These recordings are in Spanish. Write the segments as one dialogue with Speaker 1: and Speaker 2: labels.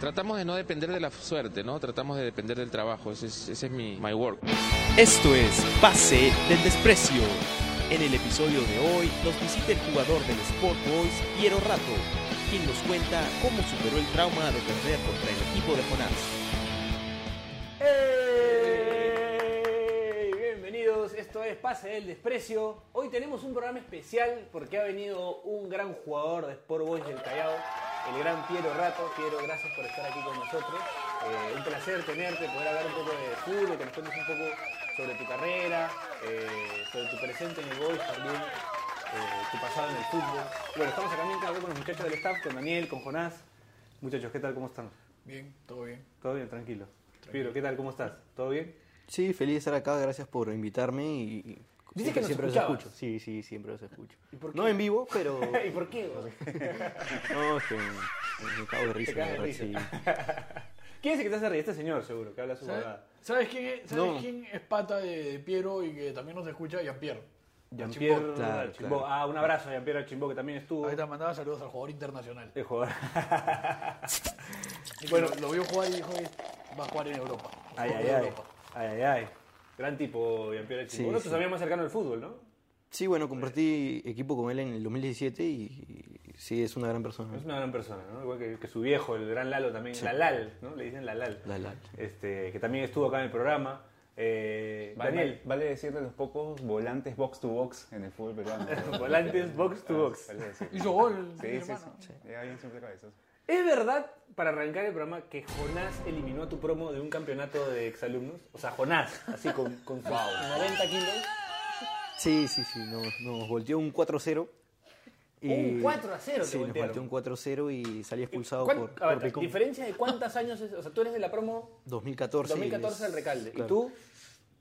Speaker 1: Tratamos de no depender de la suerte, ¿no? Tratamos de depender del trabajo. Ese es, ese es mi my work.
Speaker 2: Esto es Pase del Desprecio. En el episodio de hoy nos visita el jugador del Sport Boys, Piero Rato, quien nos cuenta cómo superó el trauma de perder contra el equipo de Jonás.
Speaker 3: ¡Ey! Bienvenidos, esto es Pase del Desprecio. Hoy tenemos un programa especial porque ha venido un gran jugador de Sport Boys del Callao, el gran Piero Rato. Piero, gracias por estar aquí con nosotros. Eh, un placer tenerte, poder hablar un poco de fútbol, que nos cuentes un poco sobre tu carrera, eh, sobre tu presente en el Boys también, eh, tu pasado en el fútbol. Bueno, estamos acá en Callao con los muchachos del staff, con Daniel, con Jonás. Muchachos, ¿qué tal? ¿Cómo están?
Speaker 4: Bien, todo bien.
Speaker 3: ¿Todo bien? Tranquilo. Piero, ¿qué tal? ¿Cómo estás? ¿Todo bien?
Speaker 5: Sí, feliz de estar acá, gracias por invitarme y... y
Speaker 3: Dices que nos
Speaker 5: siempre los
Speaker 3: escuchabas.
Speaker 5: escucho. Sí, sí, siempre los escucho.
Speaker 3: por qué?
Speaker 5: No en vivo, pero...
Speaker 3: ¿Y por qué? güey?
Speaker 5: no, es que me, me cago de risa,
Speaker 3: Te cagas
Speaker 5: la
Speaker 3: de
Speaker 5: verdad, sí.
Speaker 3: ¿Quién es el que te hace reír? Este señor, seguro, que habla su
Speaker 4: ¿Sabes,
Speaker 3: verdad.
Speaker 4: sabes quién, es, sabes
Speaker 5: No.
Speaker 4: quién es pata de, de Piero y que también nos escucha? Jean-Pierre.
Speaker 3: Jean-Pierre
Speaker 4: Chimbó.
Speaker 5: Claro,
Speaker 3: Archimbó.
Speaker 5: claro.
Speaker 3: Ah, un abrazo a Jean-Pierre Archimbó, que también estuvo.
Speaker 4: Ahí te mandaba saludos al jugador internacional.
Speaker 3: El jugador.
Speaker 4: Bueno, lo, lo vio jugar y dijo que va a jugar en Europa.
Speaker 3: Ay, ay,
Speaker 4: En
Speaker 3: ay.
Speaker 4: Europa.
Speaker 3: Ay, ay, ay. Gran tipo, Jean-Pierre Archimbó.
Speaker 5: Sí,
Speaker 3: Uno de tus
Speaker 5: sí.
Speaker 3: amigos más cercanos al fútbol, ¿no?
Speaker 5: Sí, bueno, compartí equipo con él en el 2017 y, y sí, es una gran persona.
Speaker 3: Es una gran persona, ¿no? Igual que, que su viejo, el gran Lalo también. La Lal, ¿no? Le dicen la Lal.
Speaker 5: La Lal.
Speaker 3: Este, que también estuvo acá en el programa. Eh,
Speaker 6: Vale,
Speaker 3: Daniel,
Speaker 6: vale decir de los pocos volantes box to box en el fútbol peruano.
Speaker 3: volantes box
Speaker 6: Ah,
Speaker 3: to box.
Speaker 6: Vale decir.
Speaker 4: Hizo gol.
Speaker 6: Sí,
Speaker 4: mi
Speaker 6: sí,
Speaker 4: hermano.
Speaker 6: sí. Llega bien siempre cabezas.
Speaker 3: ¿Es verdad, para arrancar el programa, que Jonás eliminó tu promo de un campeonato de exalumnos? O sea, Jonás, así con, con sus 90 kilos.
Speaker 5: Sí, sí, sí, nos, nos volteó un 4-0. y-
Speaker 3: Un 4 a 0 te
Speaker 5: Sí, nos
Speaker 3: voltearon.
Speaker 5: volteó un 4-0 y salí expulsado
Speaker 3: ¿Cuán-
Speaker 5: por,
Speaker 3: a ver,
Speaker 5: por Picón.
Speaker 3: ¿Diferencia de cuántos años es? O sea, tú eres de la promo
Speaker 5: 2014.
Speaker 3: 2014
Speaker 5: es-
Speaker 3: del Recalde.
Speaker 5: claro.
Speaker 3: ¿Y tú?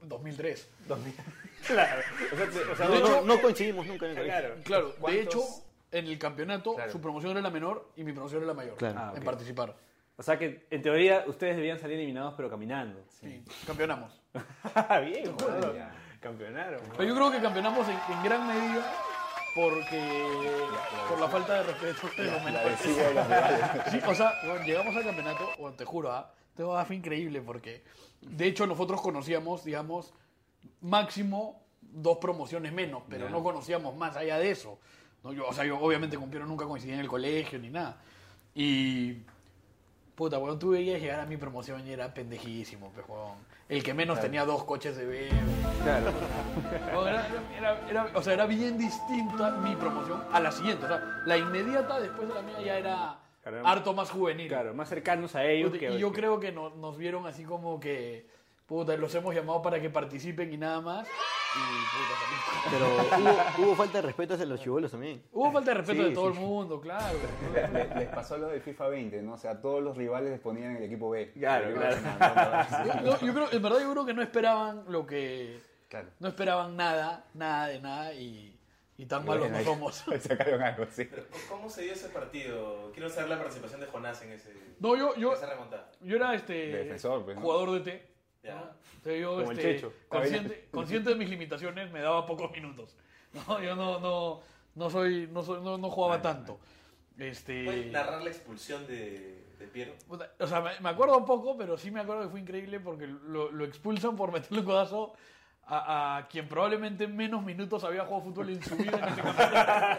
Speaker 4: 2003.
Speaker 3: 2000. Claro. O sea, te- o sea,
Speaker 5: No,
Speaker 3: de
Speaker 5: no,
Speaker 3: hecho-
Speaker 5: no coincidimos nunca en el colegio.
Speaker 3: Claro.
Speaker 4: Claro, de
Speaker 3: ¿Cuántos?
Speaker 4: hecho, en el campeonato
Speaker 3: Claro.
Speaker 4: su promoción era la menor y mi promoción era la mayor
Speaker 5: Claro.
Speaker 3: Ah,
Speaker 4: en
Speaker 3: ok.
Speaker 4: participar.
Speaker 3: O sea que, en teoría, ustedes debían salir eliminados, pero caminando.
Speaker 4: Sí, campeonamos.
Speaker 3: Ah, bien, boludo. Campeonaron.
Speaker 4: Pero yo creo que campeonamos en, en gran medida porque por la falta de respeto de los mentores. Sí, o sea, bueno, llegamos al campeonato, bueno, te juro, ¿ah? te va fue increíble porque de hecho nosotros conocíamos, digamos, máximo dos promociones menos, pero no conocíamos más allá de eso. ¿no? Yo, o sea, yo obviamente con Piero nunca coincidí en el colegio ni nada. Y Puta, weón, tú veías llegar a mi promoción y era pendejísimo, pejón. El que menos tenía dos coches de BMW. Claro. Era, era- era- o sea, era bien distinta mi promoción a la siguiente. O sea, la inmediata después de la mía ya era
Speaker 3: Caramba.
Speaker 4: harto más juvenil.
Speaker 3: Claro, más cercanos a ellos
Speaker 4: Puta,
Speaker 3: que...
Speaker 4: y yo creo que no- nos vieron así como que, puta, los hemos llamado para que participen y nada más. Y, puta, salimos.
Speaker 5: Pero hubo, hubo falta de respeto hacia los chivolos también.
Speaker 4: Hubo falta de respeto
Speaker 5: Sí,
Speaker 4: de todo
Speaker 5: sí.
Speaker 4: el mundo, claro.
Speaker 6: Le- le- Les pasó lo del FIFA 20, ¿no? O sea, todos los rivales les ponían en el equipo B.
Speaker 3: Claro,
Speaker 6: Pero
Speaker 3: claro.
Speaker 6: iban ganando,
Speaker 4: Yo- yo- yo creo, en verdad yo creo que no esperaban lo que...
Speaker 6: Claro.
Speaker 4: No esperaban nada, nada de nada y, y tan malos no somos.
Speaker 6: Sacaron algo, sí.
Speaker 7: ¿Cómo se dio ese partido? Quiero saber la participación de Jonás en ese.
Speaker 4: No, yo, yo,
Speaker 7: esa remontada.
Speaker 4: yo era este
Speaker 6: Defensor, pues, ¿no?
Speaker 4: jugador de T.
Speaker 7: Ya.
Speaker 4: ¿no? Entonces yo,
Speaker 3: Como el
Speaker 4: este,
Speaker 3: Checho.
Speaker 4: consciente, consciente de mis limitaciones, me daba pocos minutos. No, yo no, no, no soy, no soy, no, no jugaba tanto.
Speaker 7: ¿Puedes
Speaker 4: Este,
Speaker 7: narrar la expulsión de, de Piero?
Speaker 4: puta, o sea, me, me acuerdo un poco, pero sí me acuerdo que fue increíble porque lo, lo expulsan por meterle un codazo a, a quien probablemente menos minutos había jugado fútbol en su vida en ese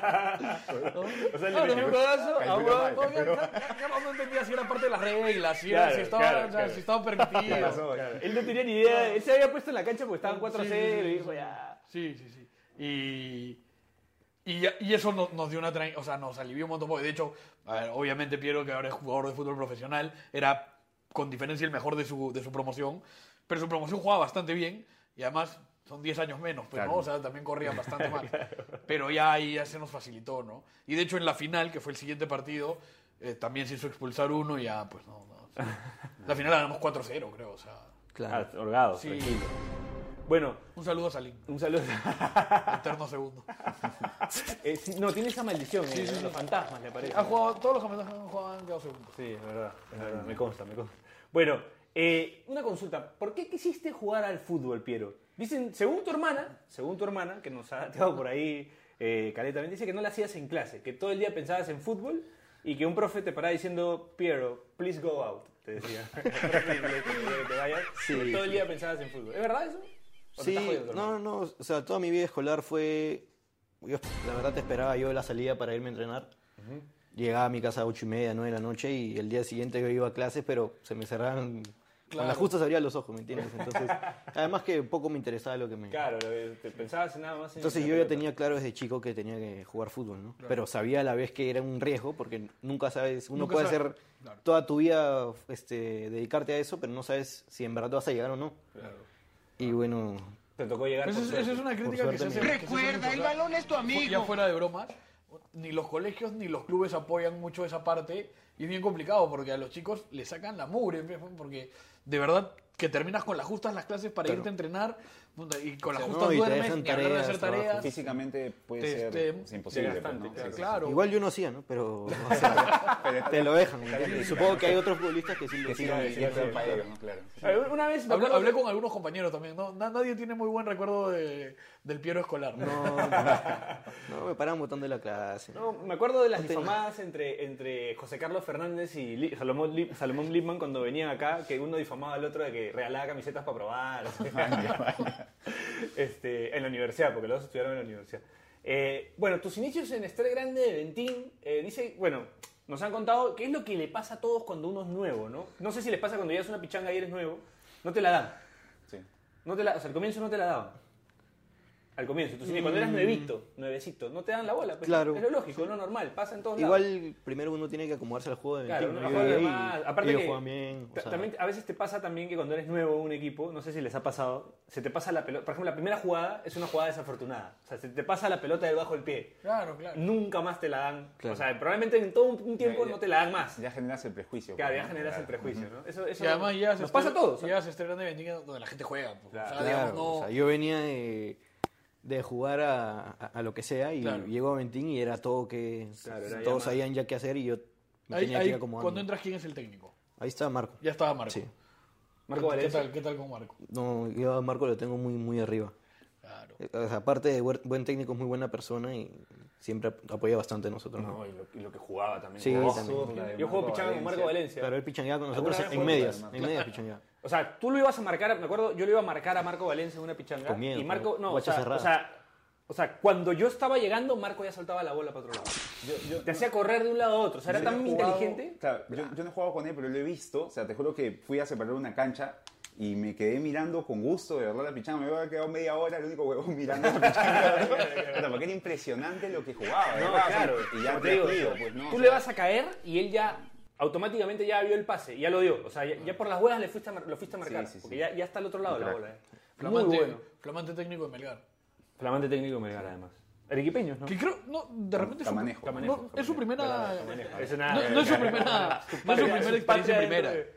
Speaker 4: campeonato. ¿No?
Speaker 3: O sea,
Speaker 4: Claro,
Speaker 3: le-
Speaker 4: un codazo a un
Speaker 6: calculó mal,
Speaker 4: huevón, ya- ya no entendía si era parte de las reglas, si, era-
Speaker 3: Claro,
Speaker 4: si estaba,
Speaker 3: claro,
Speaker 4: o sea,
Speaker 3: claro.
Speaker 4: si estaba permitido.
Speaker 3: Claro. Él no tenía ni idea, él se había puesto en la cancha porque estaban 4 a 0 y dijo ya.
Speaker 4: Sí, sí, sí. Y, y, ya- y eso nos, nos dio una tran- o sea, nos alivió un montón. Porque de hecho, a ver, obviamente Piero, que ahora es jugador de fútbol profesional, era con diferencia el mejor de su, de su promoción. Pero su promoción jugaba bastante bien y además son 10 años menos, pues, ¿no? O sea, también corrían bastante más. Pero ya ahí ya se nos facilitó, ¿no? Y de hecho en la final, que fue el siguiente partido, eh, también se hizo expulsar uno y ya, pues no. no. La final la ganamos 4-0, creo. O sea,
Speaker 5: Claro.
Speaker 3: Ah, holgado,
Speaker 4: Sí.
Speaker 3: tranquilo. Bueno,
Speaker 4: un saludo a Salim,
Speaker 3: un saludo.
Speaker 4: eterno segundo.
Speaker 3: Eh, sí, no, tiene esa maldición, eh, los fantasmas le parece.
Speaker 4: Ha jugado, todos los campeonatos que han jugado han quedado segundos.
Speaker 3: Ah, Sí, es verdad, es verdad, me consta, me consta. Bueno, eh, una consulta, ¿por qué quisiste jugar al fútbol, Piero? Dicen, según tu hermana, según tu hermana, que nos ha dado por ahí eh, Caleta, también dice que no la hacías en clase, que todo el día pensabas en fútbol y Y que un profe te paraba diciendo, Piero, please go out, te decía. El profe de inglés te pedía que te vayas.
Speaker 5: Sí,
Speaker 3: y todo el
Speaker 5: sí.
Speaker 3: día pensabas en fútbol. ¿Es verdad eso? ¿O te
Speaker 5: Sí,
Speaker 3: estás jodiendo,
Speaker 5: no,
Speaker 3: hermano?
Speaker 5: no, o sea, toda mi vida escolar fue... yo, la verdad te esperaba yo la salida para irme a entrenar. Llegaba a mi casa a ocho y media, nueve de la noche y el día siguiente yo iba a clases, pero se me cerraban... Con las justas abría los ojos, ¿me entiendes? Entonces, además que poco me interesaba lo que me...
Speaker 3: Claro, lo que te pensabas nada más en
Speaker 5: Entonces
Speaker 3: la
Speaker 5: yo ya
Speaker 3: pelota.
Speaker 5: tenía claro desde chico que tenía que jugar fútbol, ¿no? Pero sabía a la vez que era un riesgo porque nunca sabes, uno
Speaker 4: Nunca
Speaker 5: puede
Speaker 4: sabes,
Speaker 5: hacer
Speaker 4: claro.
Speaker 5: toda tu vida este, dedicarte a eso, pero no sabes si en verdad te vas a llegar o no. Y bueno,
Speaker 3: Te tocó llegar
Speaker 4: Esa
Speaker 3: por
Speaker 4: Pues es, esa
Speaker 3: suerte.
Speaker 4: es una crítica que se hace.
Speaker 5: suerte,
Speaker 4: que se hace mucho,
Speaker 8: Recuerda, el
Speaker 4: o sea,
Speaker 8: balón es tu
Speaker 4: fu- Ya
Speaker 8: amigo.
Speaker 4: fuera de bromas, ni los colegios ni los clubes apoyan mucho esa parte. Y es bien complicado porque a los chicos le sacan la mugre, pues, porque de verdad que terminas con las justas las clases para irte a entrenar puta, y con las
Speaker 5: O sea,
Speaker 4: justas
Speaker 5: no, y te
Speaker 4: duermes
Speaker 5: dejan
Speaker 4: ni hablar de hacer
Speaker 5: tareas, trabajos.
Speaker 4: tareas.
Speaker 6: Físicamente puede
Speaker 4: Te-
Speaker 6: ser
Speaker 4: te-
Speaker 6: es imposible. pues, ¿no?
Speaker 3: desgastante,
Speaker 6: Sí, sí, sí.
Speaker 4: Claro.
Speaker 5: igual yo no hacía, ¿no? Pero o sea, te lo dejan. ¿me entiendes? Supongo que hay otros futbolistas que sí lo
Speaker 6: Que sí,
Speaker 5: hicieron.
Speaker 6: sí, sí, para ellos, ¿no? Claro.
Speaker 3: A ver, Una vez me
Speaker 4: Hablé,
Speaker 3: acuerdo
Speaker 4: hablé
Speaker 3: que-
Speaker 4: con algunos compañeros también. No, Na- nadie tiene muy buen recuerdo de- del Piero escolar.
Speaker 5: No, no, no, me paraban botando de la clase.
Speaker 3: No, me acuerdo de las difamadas entre, entre José Carlos Fernández y Li- Salomón, Lip- Salomón Lipman cuando venían acá, que uno difamaba al otro de que regalaba camisetas para probar. o sea, este, en la universidad, porque los dos estudiaron en la universidad. Eh, bueno, tus inicios en Estel Grande de Ventín, eh, dice, bueno, nos han contado qué es lo que le pasa a todos cuando uno es nuevo, ¿no? No sé si les pasa cuando llegas a una pichanga y eres nuevo, no te la dan.
Speaker 6: Sí.
Speaker 3: No te la, o sea, al comienzo no te la daban. Al comienzo. Tú sí, cuando eras nuevito, nuevecito, no te dan la bola. Pues,
Speaker 5: Claro.
Speaker 3: Es lo lógico, no normal, pasa en todos lados.
Speaker 5: Igual primero uno tiene que acomodarse al juego de
Speaker 3: Claro,
Speaker 5: 21,
Speaker 3: no,
Speaker 5: yo
Speaker 3: juegan
Speaker 5: llegué y-
Speaker 3: más. Aparte
Speaker 5: ellos
Speaker 3: que
Speaker 5: juegan bien. o
Speaker 3: ta-
Speaker 5: sea,
Speaker 3: también a veces te pasa también que cuando eres nuevo a un equipo, no sé si les ha pasado, se te pasa la pelota. Por ejemplo, la primera jugada es una jugada desafortunada. O sea, se te pasa la pelota debajo del pie.
Speaker 4: Claro, claro.
Speaker 3: Nunca más te la dan.
Speaker 5: Claro.
Speaker 3: O sea, probablemente en todo un, un tiempo
Speaker 6: Ya- ya-
Speaker 3: no te la dan más.
Speaker 6: Ya generas el prejuicio.
Speaker 3: claro, ya
Speaker 6: pues, ¿no?
Speaker 3: generas el
Speaker 6: Claro.
Speaker 3: prejuicio, ¿no? Eso, eso
Speaker 4: Y además ya se
Speaker 3: nos pasa a todos. ¿eh?
Speaker 4: Ya se estrenan de vendimia donde la gente juega. pues.
Speaker 3: Claro.
Speaker 4: O sea,
Speaker 5: Claro,
Speaker 4: digamos, no-
Speaker 5: o sea, yo venía de, de jugar a, a- a lo que sea y
Speaker 4: Claro.
Speaker 5: llego a Ventín y era todo que
Speaker 3: Claro, era ya
Speaker 5: todos
Speaker 3: más-
Speaker 5: sabían ya qué hacer y yo me
Speaker 4: Ahí-
Speaker 5: tenía que
Speaker 4: ahí,
Speaker 5: ir
Speaker 4: cuando
Speaker 5: acomodando.
Speaker 4: entras, ¿quién es el técnico?
Speaker 5: Ahí está Marco.
Speaker 4: Ya estaba Marco.
Speaker 5: Sí.
Speaker 3: Marco
Speaker 4: ¿Qué- ¿Qué
Speaker 3: Valencia.
Speaker 4: tal, ¿Qué tal con Marco?
Speaker 5: No, yo a Marco lo tengo muy muy arriba.
Speaker 4: Claro.
Speaker 5: Eh, o sea, aparte de buen buen técnico, es muy buena persona y siempre ap- apoya bastante a nosotros. ¿no?
Speaker 3: No, y, lo, y lo que jugaba también.
Speaker 5: Sí,
Speaker 3: Jugaba
Speaker 5: también.
Speaker 3: zurda,
Speaker 6: de
Speaker 3: Yo juego
Speaker 6: Marco
Speaker 3: pichanga con Marco Valencia.
Speaker 5: Claro, él pichangueaba con nosotros
Speaker 3: vez
Speaker 5: en
Speaker 3: fue
Speaker 5: medias,
Speaker 6: Marco.
Speaker 5: en medias pichangueaba.
Speaker 3: O sea, tú lo ibas a marcar, me acuerdo, yo lo iba a marcar a Marco Valencia en una pichanga.
Speaker 5: Con miedo,
Speaker 3: y Marco,
Speaker 5: con
Speaker 3: no, o
Speaker 5: guacha
Speaker 3: sea,
Speaker 5: cerrada.
Speaker 3: o sea, o sea, cuando yo estaba llegando, Marco ya soltaba la bola para otro lado. Te hacía correr de un lado a otro. O sea, era
Speaker 6: Yo
Speaker 3: tan
Speaker 6: he jugado-
Speaker 3: inteligente.
Speaker 6: Claro, yo, yo no he jugado con él, pero lo he visto. O sea, te juro que fui a separar una cancha y me quedé mirando con gusto, de verdad, la pichanga. Me había quedado media hora, el único huevón mirando la pichanga. Puta, porque era impresionante lo que jugaba,
Speaker 3: No,
Speaker 6: ¿verdad? O sea,
Speaker 3: claro.
Speaker 6: Y ya
Speaker 3: como
Speaker 6: te
Speaker 3: te digo,
Speaker 6: digo,
Speaker 3: o sea,
Speaker 6: pues no.
Speaker 3: Tú
Speaker 6: o
Speaker 3: le
Speaker 6: sea,
Speaker 3: vas a caer y él ya automáticamente ya vio el pase, ya lo dio. O sea, ya, ya por las huevas le fuiste a mar- lo fuiste a marcar.
Speaker 6: Sí, sí, sí.
Speaker 3: Porque ya, ya está al otro lado de la
Speaker 6: Crack.
Speaker 3: bola. eh.
Speaker 4: Flamante,
Speaker 3: Muy bueno.
Speaker 4: flamante técnico de Melgar.
Speaker 3: Flamante técnico Melgar, además. Arequipeños, ¿no?
Speaker 4: Que creo, no, de repente es su,
Speaker 6: Camanejo.
Speaker 4: no,
Speaker 6: Camanejo,
Speaker 4: es su
Speaker 6: Camanejo.
Speaker 4: primera.
Speaker 3: Es
Speaker 4: No,
Speaker 3: una-
Speaker 4: no es su primera, no es su primera experiencia en primera.
Speaker 3: eh,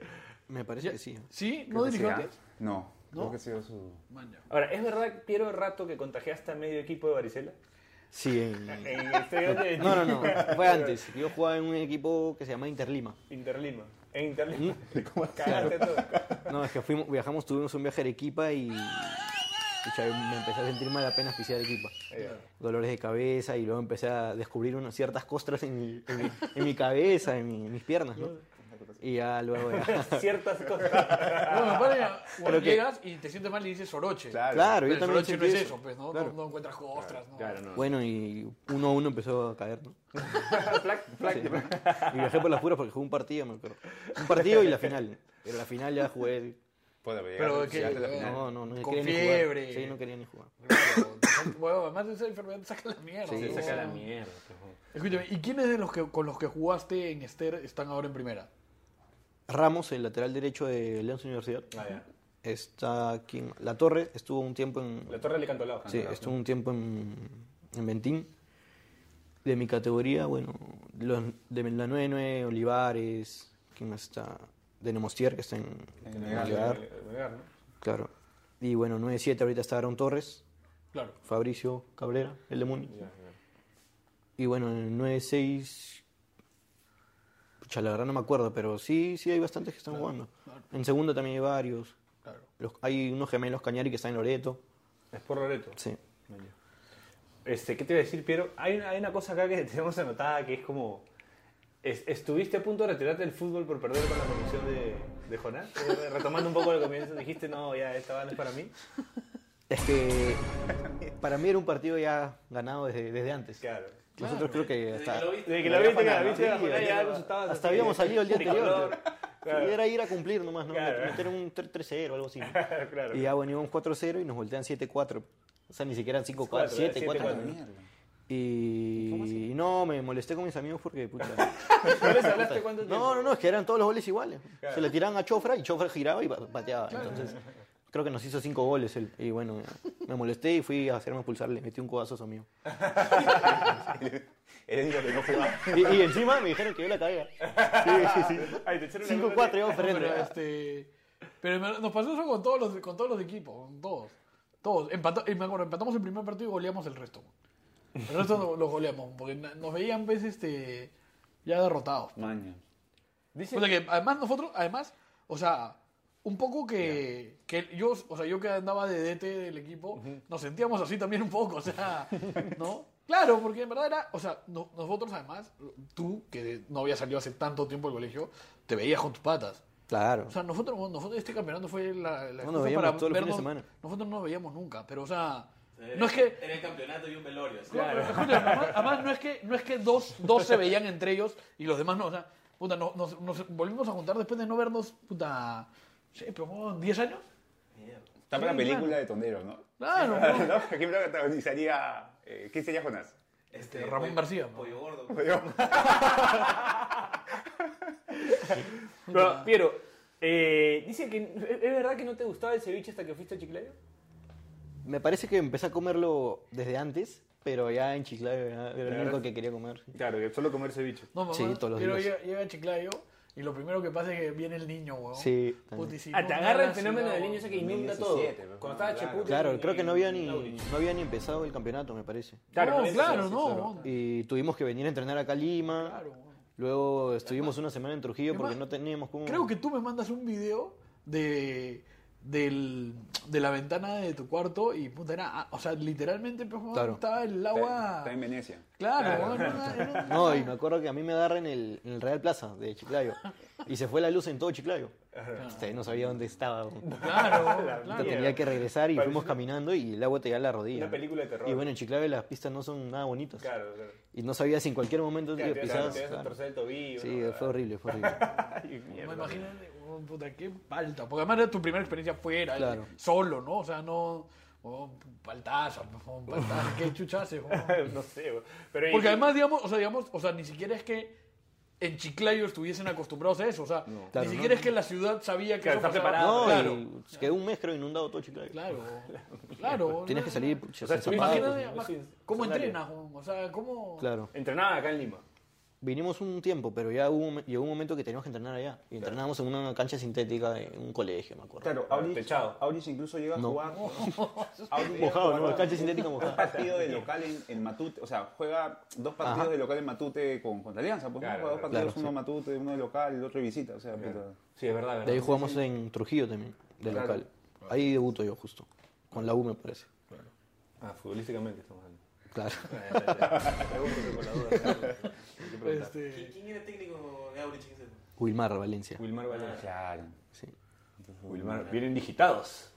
Speaker 5: Me parece que sí. ¿eh?
Speaker 4: ¿Sí?
Speaker 6: creo
Speaker 4: ¿No
Speaker 6: que
Speaker 4: dirigió
Speaker 6: sí, ¿ah?
Speaker 4: antes?
Speaker 6: No, creo que ha sido su...
Speaker 4: Man, ya.
Speaker 3: Ahora, ¿es verdad, Piero Rato, que contagiaste a medio equipo de Varicela?
Speaker 5: Sí, en-
Speaker 3: En el estadio de
Speaker 5: No, no, no, fue antes. Yo jugaba en un equipo que se llama Interlima.
Speaker 3: Interlima. En Interlima.
Speaker 5: Mm,
Speaker 3: Cagaste todo.
Speaker 5: No, es que fuimos, viajamos, tuvimos un viaje a Arequipa y, y ya me empecé a sentir mal apenas pisé Arequipa. Dolores de cabeza y luego empecé a descubrir unas ciertas costras en mi, en mi- en mi cabeza, en, mi- en mis piernas, ¿no? Y ya luego ya-
Speaker 3: Ciertas cosas.
Speaker 4: No, me parece que cuando
Speaker 5: que-
Speaker 4: llegas y te sientes mal y dices Soroche.
Speaker 6: Claro.
Speaker 5: Claro,
Speaker 4: Pero
Speaker 5: yo
Speaker 4: el
Speaker 5: también
Speaker 4: Soroche no es
Speaker 5: sentí
Speaker 4: eso, pues, ¿no?
Speaker 5: Claro.
Speaker 4: No, no encuentras costras, ¿no?
Speaker 5: Bueno, y uno a uno empezó a caer, ¿no?
Speaker 3: Flac, flac.
Speaker 5: Sí. Y viajé por las puras porque jugué un partido, me acuerdo. Un partido y la final. Pero la final ya jugué...
Speaker 6: Puta, pero
Speaker 4: Pero
Speaker 6: llegaste-
Speaker 4: que-
Speaker 6: llegaste a la
Speaker 4: eh,
Speaker 6: final.
Speaker 5: No, no, no
Speaker 4: Con
Speaker 5: quería ni
Speaker 4: fiebre.
Speaker 5: jugar. Sí, no quería ni jugar.
Speaker 4: Claro, te saca- bueno, además de esa enfermedad te saca la mierda.
Speaker 5: Sí,
Speaker 4: ¿no?
Speaker 3: Saca la mierda.
Speaker 4: Escúchame, ¿y quiénes de los que con los que jugaste en Esther están ahora en primera?
Speaker 5: Ramos, el lateral derecho de León Universidad.
Speaker 3: Ah,
Speaker 5: Está aquí. La Torre estuvo un tiempo en.
Speaker 3: La torre le cantó lado.
Speaker 5: Sí, estuvo un tiempo en, en Ventín. De mi categoría, bueno, los, de la 99, Olivares, ¿quién más está? De Nemostier, que está en, en Melgar, claro. Y bueno, 97 ahorita está Aaron Torres,
Speaker 4: Claro.
Speaker 5: Fabricio Cabrera, el de Muni. Y bueno, en el 96, pucha, la verdad no me acuerdo, pero sí, sí hay bastantes que están jugando. En segundo también hay varios.
Speaker 4: Claro.
Speaker 5: Los- hay unos gemelos Cañari que están en Loreto.
Speaker 3: Es por Loreto.
Speaker 5: Sí.
Speaker 3: Este, ¿Qué te iba a decir, Piero? Hay una, hay una cosa acá que tenemos anotada que es como Es- ¿Estuviste a punto de retirarte del fútbol por perder con la corrupción de, de Jonás? Eh, Retomando un poco lo que me dijiste, no, ya, esta banda es para mí.
Speaker 5: Es que para mí era un partido ya ganado desde, desde antes.
Speaker 3: Claro.
Speaker 5: Nosotros creo que
Speaker 7: Desde
Speaker 5: hasta,
Speaker 7: que lo viste,
Speaker 3: Desde que la
Speaker 6: Ya
Speaker 3: viste, claro,
Speaker 6: para
Speaker 3: viste,
Speaker 6: nada,
Speaker 3: la
Speaker 6: sí,
Speaker 3: jornada,
Speaker 6: ya
Speaker 3: ya nos estabas
Speaker 5: hasta
Speaker 3: así,
Speaker 5: habíamos
Speaker 3: de-
Speaker 5: salido el día
Speaker 3: de
Speaker 5: anterior.
Speaker 3: color. Claro.
Speaker 5: Y era ir a cumplir nomás, ¿no?
Speaker 3: Claro.
Speaker 5: Meter un 3-0 o algo así. ¿no?
Speaker 3: Claro.
Speaker 5: Y ya venimos 4-0 y nos voltean 7-4. O sea, ni siquiera eran 5-4,
Speaker 3: Cuatro,
Speaker 5: 7-4.
Speaker 3: siete,
Speaker 5: ¿no?
Speaker 3: cuatro.
Speaker 5: Y... y no, me molesté con mis amigos porque, pucha.
Speaker 3: ¿No les hablaste cuánto tiempo?
Speaker 5: No, no, no, es que eran todos los goles iguales. Se le tiraban a Chofra y Chofra giraba y ba- bateaba. Entonces, creo que nos hizo cinco goles. él. y bueno, me molesté y fui a hacerme expulsar. Le metí un codazo a su amigo.
Speaker 6: Eres el único que no jugaba.
Speaker 5: Y, y encima me dijeron que yo la caía. Sí, sí, sí.
Speaker 3: Ay, Ah, te echaron la
Speaker 5: 5-4 íbamos frente.
Speaker 4: Pero, este, pero me- nos pasó eso con todos los, con todos los equipos, con todos. Todos. Empató- y me acuerdo, empatamos el primer partido y goleamos el resto. El resto lo, lo goleamos, porque na- nos veían pues, este, ya derrotados.
Speaker 6: Maña.
Speaker 3: Dice,
Speaker 4: O sea que además nosotros, además, o sea, un poco que, que yo, o sea, yo que andaba de DT del equipo, nos sentíamos así también un poco, o sea, ¿no? Claro, porque en verdad era, o sea, no- nosotros además, tú que no habías salido hace tanto tiempo del colegio, te veías con tus patas.
Speaker 5: Claro.
Speaker 4: O sea, nosotros, nosotros este campeonato fue la, la
Speaker 5: No, nos
Speaker 4: excusa
Speaker 5: veíamos todos los fines de
Speaker 4: vernos-
Speaker 5: semana.
Speaker 4: Nosotros no nos veíamos nunca, pero o sea,
Speaker 7: Era-
Speaker 4: no es que
Speaker 7: Era Eh, el campeonato y un velorio. así.
Speaker 4: Claro. además, además no es que, no es que dos, dos se veían entre ellos y los demás no. O sea, puta, no- nos, nos volvimos a juntar después de no vernos, puta, sí, pero como 10 años.
Speaker 6: Está para
Speaker 4: Sí,
Speaker 6: la película
Speaker 4: claro.
Speaker 6: de Tonderos, ¿no?
Speaker 4: Claro. ¿no?
Speaker 6: ¿No? ¿Quién protagonizaría? eh, ¿Quién sería Jonás?
Speaker 7: Este,
Speaker 4: Ramón
Speaker 7: pollo-
Speaker 4: García, ¿no?
Speaker 7: Pollo gordo.
Speaker 6: Yo.
Speaker 3: pero, Piero, eh, dice que ¿es es verdad que no te gustaba el ceviche hasta que fuiste a Chiclayo?
Speaker 5: Me parece que empecé a comerlo desde antes, pero ya en Chiclayo ya era el único que quería comer.
Speaker 6: Claro, que solo comer ceviche.
Speaker 4: No, mamá,
Speaker 5: Sí, todos los
Speaker 4: pero
Speaker 5: días.
Speaker 4: Llega, llega a Chiclayo y lo primero que pasa es que viene el niño, weón.
Speaker 5: Sí,
Speaker 4: Puta, y
Speaker 5: también.
Speaker 4: si
Speaker 3: Ah,
Speaker 4: no
Speaker 3: te agarra el
Speaker 4: ganas,
Speaker 3: fenómeno
Speaker 4: no,
Speaker 3: del niño ese que inunda
Speaker 6: 2017,
Speaker 3: todo.
Speaker 6: pues,
Speaker 3: Cuando estaba
Speaker 6: claro.
Speaker 3: Cheput.
Speaker 5: Claro,
Speaker 3: en-
Speaker 5: creo que no había ni,
Speaker 3: Laurich.
Speaker 5: no había ni empezado el campeonato, me parece.
Speaker 3: Claro,
Speaker 4: No,
Speaker 3: no,
Speaker 4: claro,
Speaker 3: sí, sí,
Speaker 4: no.
Speaker 3: sí,
Speaker 4: weón.
Speaker 5: Y tuvimos que venir a entrenar acá a Lima.
Speaker 4: Claro, weón.
Speaker 5: Luego estuvimos una semana en Trujillo
Speaker 4: Es
Speaker 5: porque
Speaker 4: más,
Speaker 5: no teníamos como...
Speaker 4: Creo que tú me mandas un video de, del- de la ventana de tu cuarto y puta, era, ah, o sea, literalmente pues, weón,
Speaker 5: Claro.
Speaker 4: estaba el agua.
Speaker 6: Está, está en Venecia.
Speaker 4: Claro, weón, era- era-
Speaker 5: No, y me acuerdo que a mí me agarran en el, en el Real Plaza de Chiclayo. Y se fue la luz en todo Chiclayo. Este, no sabía dónde estaba.
Speaker 4: Claro,
Speaker 5: Puta,
Speaker 4: claro.
Speaker 5: Tenía que regresar y fuimos caminando y el agua te llega a la rodilla.
Speaker 3: Una película de terror.
Speaker 5: Y bueno, en Chiclayo las pistas no son nada bonitas.
Speaker 3: Claro, claro.
Speaker 5: Y no sabía si en cualquier momento te
Speaker 3: Claro, te
Speaker 5: pisabas.
Speaker 3: vas- te vas a
Speaker 5: claro.
Speaker 3: torcer el tobillo.
Speaker 5: Sí,
Speaker 3: ¿no?
Speaker 5: fue horrible, fue horrible.
Speaker 6: Ay,
Speaker 4: Me
Speaker 6: mierda.
Speaker 4: imagino, oh, puta, qué falta. Porque además era tu primera experiencia fuera, eh,
Speaker 5: Claro.
Speaker 4: solo, ¿no? O sea, no. oh, paltaza, oh, paltaza, qué chuchazo.
Speaker 3: no sé, weón. Pero y-
Speaker 4: Porque además, digamos, o sea, digamos, o sea, ni siquiera es que en Chiclayo estuviesen acostumbrados a eso. O sea, ni
Speaker 5: Claro,
Speaker 4: siquiera
Speaker 5: no.
Speaker 4: es que la ciudad sabía que
Speaker 3: Claro,
Speaker 4: eso
Speaker 3: está
Speaker 4: pasaba.
Speaker 3: preparada.
Speaker 5: no,
Speaker 4: Ah, claro,
Speaker 5: y se quedó un mes creo inundado todo Chiclayo.
Speaker 4: claro, claro.
Speaker 5: Tienes
Speaker 4: no,
Speaker 5: que
Speaker 4: no.
Speaker 5: salir pucha,
Speaker 3: O sea,
Speaker 5: sin
Speaker 3: tú
Speaker 5: zapatos.
Speaker 4: Imagínate
Speaker 3: Zapatos,
Speaker 4: imag-
Speaker 3: sí,
Speaker 4: cómo
Speaker 3: sandalia.
Speaker 4: entrenas, weón, o sea, cómo...
Speaker 5: Claro.
Speaker 3: Entrenaba acá en Lima.
Speaker 5: Vinimos un tiempo, pero ya hubo, un- llegó un momento que teníamos que entrenar allá. Y entrenábamos en una cancha sintética en un colegio, me acuerdo.
Speaker 6: Claro, Aurich,
Speaker 3: Techado.
Speaker 6: Aurich incluso llega a
Speaker 5: No.
Speaker 6: jugar. Aurich llega a
Speaker 5: Mojado,
Speaker 6: jugar
Speaker 5: ¿no? Cancha sintética
Speaker 6: Un
Speaker 5: mojada.
Speaker 6: partido de local en, en Matute, o sea, juega dos partidos
Speaker 5: Ajá.
Speaker 6: de local en Matute con, con Alianza, pues ¿no?
Speaker 3: Claro,
Speaker 6: juega dos
Speaker 5: claro,
Speaker 6: partidos, uno en Matute, uno de local, el otro de visita, o sea, puta.
Speaker 3: Sí, es verdad,
Speaker 5: De ahí jugamos en Trujillo también, de
Speaker 6: Claro.
Speaker 5: local. Ahí debuto yo justo, con la U me parece.
Speaker 3: Ah, futbolísticamente estamos hablando.
Speaker 5: Claro.
Speaker 4: Este,
Speaker 7: ¿Qui- ¿Quién era técnico de Aurich en ese tiempo?
Speaker 5: Wilmar, Valencia.
Speaker 3: Wilmar Valencia.
Speaker 6: Claro.
Speaker 5: Sí.
Speaker 3: Wilmar, vienen digitados.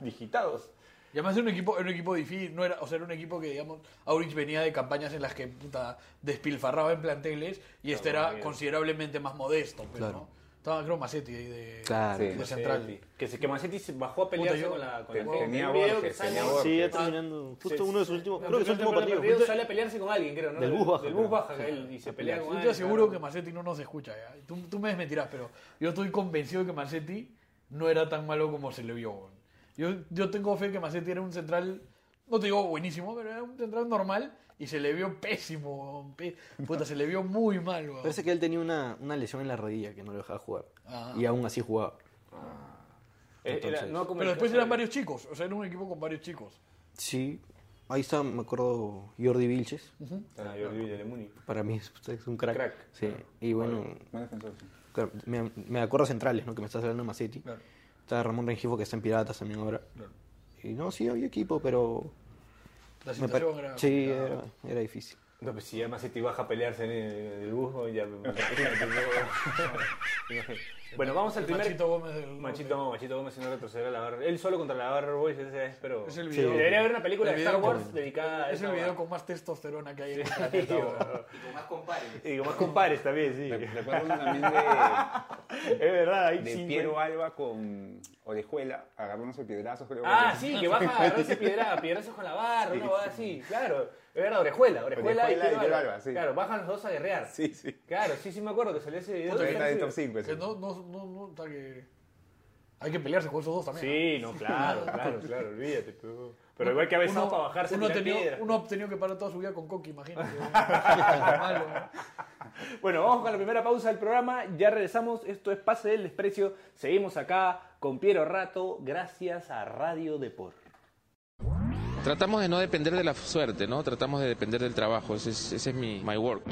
Speaker 3: digitados.
Speaker 4: Y además era un equipo, era un equipo difícil, no era, o sea, era un equipo que, digamos, Aurich venía de campañas en las que puta, despilfarraba en planteles y este era considerablemente más modesto, pero
Speaker 5: Claro.
Speaker 4: ¿no? Estaba, creo, Macetti ahí de,
Speaker 5: Claro.
Speaker 4: de central.
Speaker 3: Que, se, que Macetti se bajó a pelearse
Speaker 4: Puta, yo-
Speaker 3: con la, con la
Speaker 6: Tenía
Speaker 3: gente. Hay un
Speaker 6: Borges,
Speaker 3: video que
Speaker 6: tenía
Speaker 3: sale-
Speaker 6: Borges.
Speaker 5: Sí, ya terminando. Justo uno de sus últimos, creo que su
Speaker 3: No,
Speaker 5: último
Speaker 3: no, no,
Speaker 5: partido.
Speaker 3: el partido sale a pelearse con alguien, creo, ¿no?
Speaker 5: Del bus baja,
Speaker 3: Del bus
Speaker 5: creo.
Speaker 3: baja, que él y se pelea con
Speaker 4: Yo te
Speaker 3: alguien,
Speaker 4: aseguro que
Speaker 3: claro.
Speaker 4: Macetti no nos escucha. ¿ya? Tú, tú me desmentirás, pero yo estoy convencido de que Macetti no era tan malo como se le vio. weón. Yo, yo tengo fe que Macetti era un central, no te digo buenísimo, pero era un central normal y se le vio pésimo. weón, pe- Puta, se le vio muy mal. weón.
Speaker 5: Parece que él tenía una, una lesión en la rodilla que no lo dejaba jugar.
Speaker 4: Ah.
Speaker 5: Y aún así jugaba.
Speaker 3: Era- era-
Speaker 5: Entonces.
Speaker 3: no como
Speaker 4: Pero
Speaker 3: el
Speaker 4: después
Speaker 3: caso
Speaker 4: eran
Speaker 3: de-
Speaker 4: varios chicos, o sea, era un equipo con varios chicos.
Speaker 5: Sí. Ahí está, me acuerdo, Jordi Vilches.
Speaker 3: Ah, yo olvidé, de Muni.
Speaker 5: Para mí es, pues, es un crack.
Speaker 3: Crack.
Speaker 5: Sí. Y bueno,
Speaker 6: Buen defensor, sí.
Speaker 5: claro, me, me acuerdo centrales, ¿no? Que me estás hablando de Macetti. Está Ramón Rengifo que está en Piratas también ahora. Y no, sí había equipo, pero
Speaker 4: La
Speaker 5: me eh, pare-
Speaker 4: situación era...
Speaker 5: sí, era, era difícil.
Speaker 3: No, pues si además si te ibas a pelearse en el, en el bus, ¿no? ya. bueno, vamos al primer.
Speaker 4: Machito Gómez del
Speaker 3: Machito, no, Machito Gómez no retroceder a la barra. Él solo contra la barra Boys, ese es, pero.
Speaker 4: Es el video.
Speaker 3: Debería haber una película
Speaker 4: El
Speaker 3: de Star
Speaker 4: video
Speaker 3: Wars
Speaker 4: con-
Speaker 3: dedicada a
Speaker 4: Es
Speaker 3: esa
Speaker 4: el video
Speaker 3: barra.
Speaker 4: con más testosterona que hay en el
Speaker 3: Sí,
Speaker 4: planeta. weón.
Speaker 3: bueno.
Speaker 7: Y con más compares.
Speaker 3: Y digo, más compares también, sí.
Speaker 6: Recuerdo uno también de,
Speaker 3: Es verdad, ahí
Speaker 6: de
Speaker 3: sí,
Speaker 6: Piero
Speaker 3: güey.
Speaker 6: Alba con Orejuela, agarrarnos el piedrazo, creo.
Speaker 3: Ah, sí, que vas a agarrarse piedra, piedrazos con la barra, una cosa así, claro. Es verdad, orejuela, orejuela,
Speaker 6: Orejuela y
Speaker 3: y
Speaker 6: Piero
Speaker 3: Piero
Speaker 6: Alba, sí.
Speaker 3: Claro, bajan los dos a guerrear.
Speaker 6: Sí, sí.
Speaker 3: Claro, sí, sí me acuerdo que salió ese video.
Speaker 6: Ahí está de
Speaker 3: Sí.
Speaker 6: top 5.
Speaker 4: Que no, no, no, no, o sea, que hay que pelearse con esos dos también.
Speaker 3: Sí, no, claro, claro, claro, olvídate. Pero, pero igual que a
Speaker 4: ¿no?
Speaker 3: veces para bajarse
Speaker 4: uno, ha
Speaker 3: tirar
Speaker 4: tenido,
Speaker 3: piedras.
Speaker 4: uno ha tenido que parar toda su vida con Coqui, imagínate. weón. Malo, weón.
Speaker 3: Bueno, vamos con la primera pausa del programa. Ya regresamos. Esto es Pase del Desprecio. Seguimos acá con Piero Rato, gracias a Radio Depor.
Speaker 1: Tratamos de no depender de la suerte, ¿no? Tratamos de depender del trabajo. Ese es, ese es mi my work.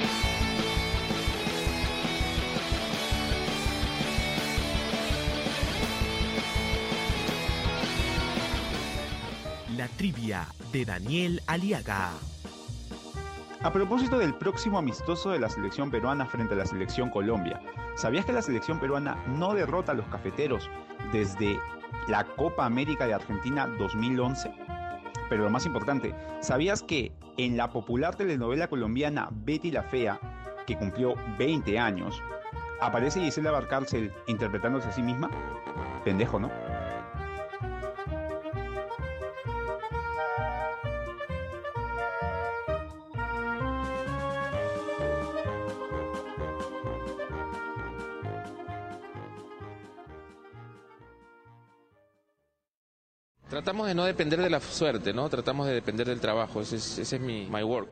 Speaker 8: La trivia de Daniel Aliaga.
Speaker 6: A propósito del próximo amistoso de la selección peruana frente a la selección Colombia, ¿sabías que la selección peruana no derrota a los cafeteros desde la Copa América de Argentina 2011? Pero lo más importante, ¿sabías que en la popular telenovela colombiana Betty la Fea, que cumplió 20 años, aparece Gisela Barcárcel interpretándose a sí misma? Pendejo, ¿no?
Speaker 1: Tratamos de no depender de la suerte, ¿no? Tratamos de depender del trabajo. Ese es, ese es mi my work.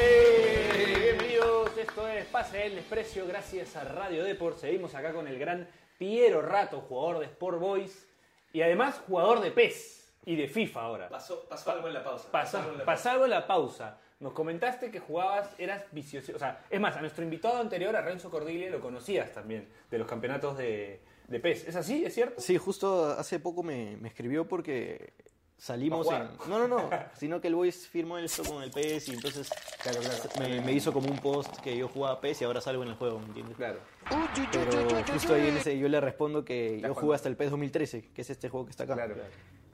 Speaker 3: Eh, Bienvenidos, esto es Pase del Desprecio, gracias a Radio Depor. Seguimos acá con el gran Piero Rato, jugador de Sport Boys y además jugador de PES y de FIFA ahora.
Speaker 7: Pasó, pasó algo en la pausa.
Speaker 3: Pasa-
Speaker 7: algo en la pausa.
Speaker 3: pasado la pausa, nos comentaste que jugabas, eras vicioso. O sea, es más, a nuestro invitado anterior, a Renzo Cordiglia, lo conocías también, de los campeonatos de, de PES. ¿Es así? ¿Es cierto?
Speaker 5: Sí, justo hace poco me, me escribió porque salimos
Speaker 3: Pa'
Speaker 5: en...
Speaker 3: jugar.
Speaker 5: No, no, no, sino que el Boys firmó esto con el PES y entonces Me, me hizo como un post que yo jugaba PES y ahora salgo en el juego, ¿me entiendes?
Speaker 6: Claro.
Speaker 5: Pero justo ahí en ese yo le respondo que yo
Speaker 6: jugando.
Speaker 5: jugué hasta el PES 2013, que es este juego que está acá.
Speaker 6: Claro.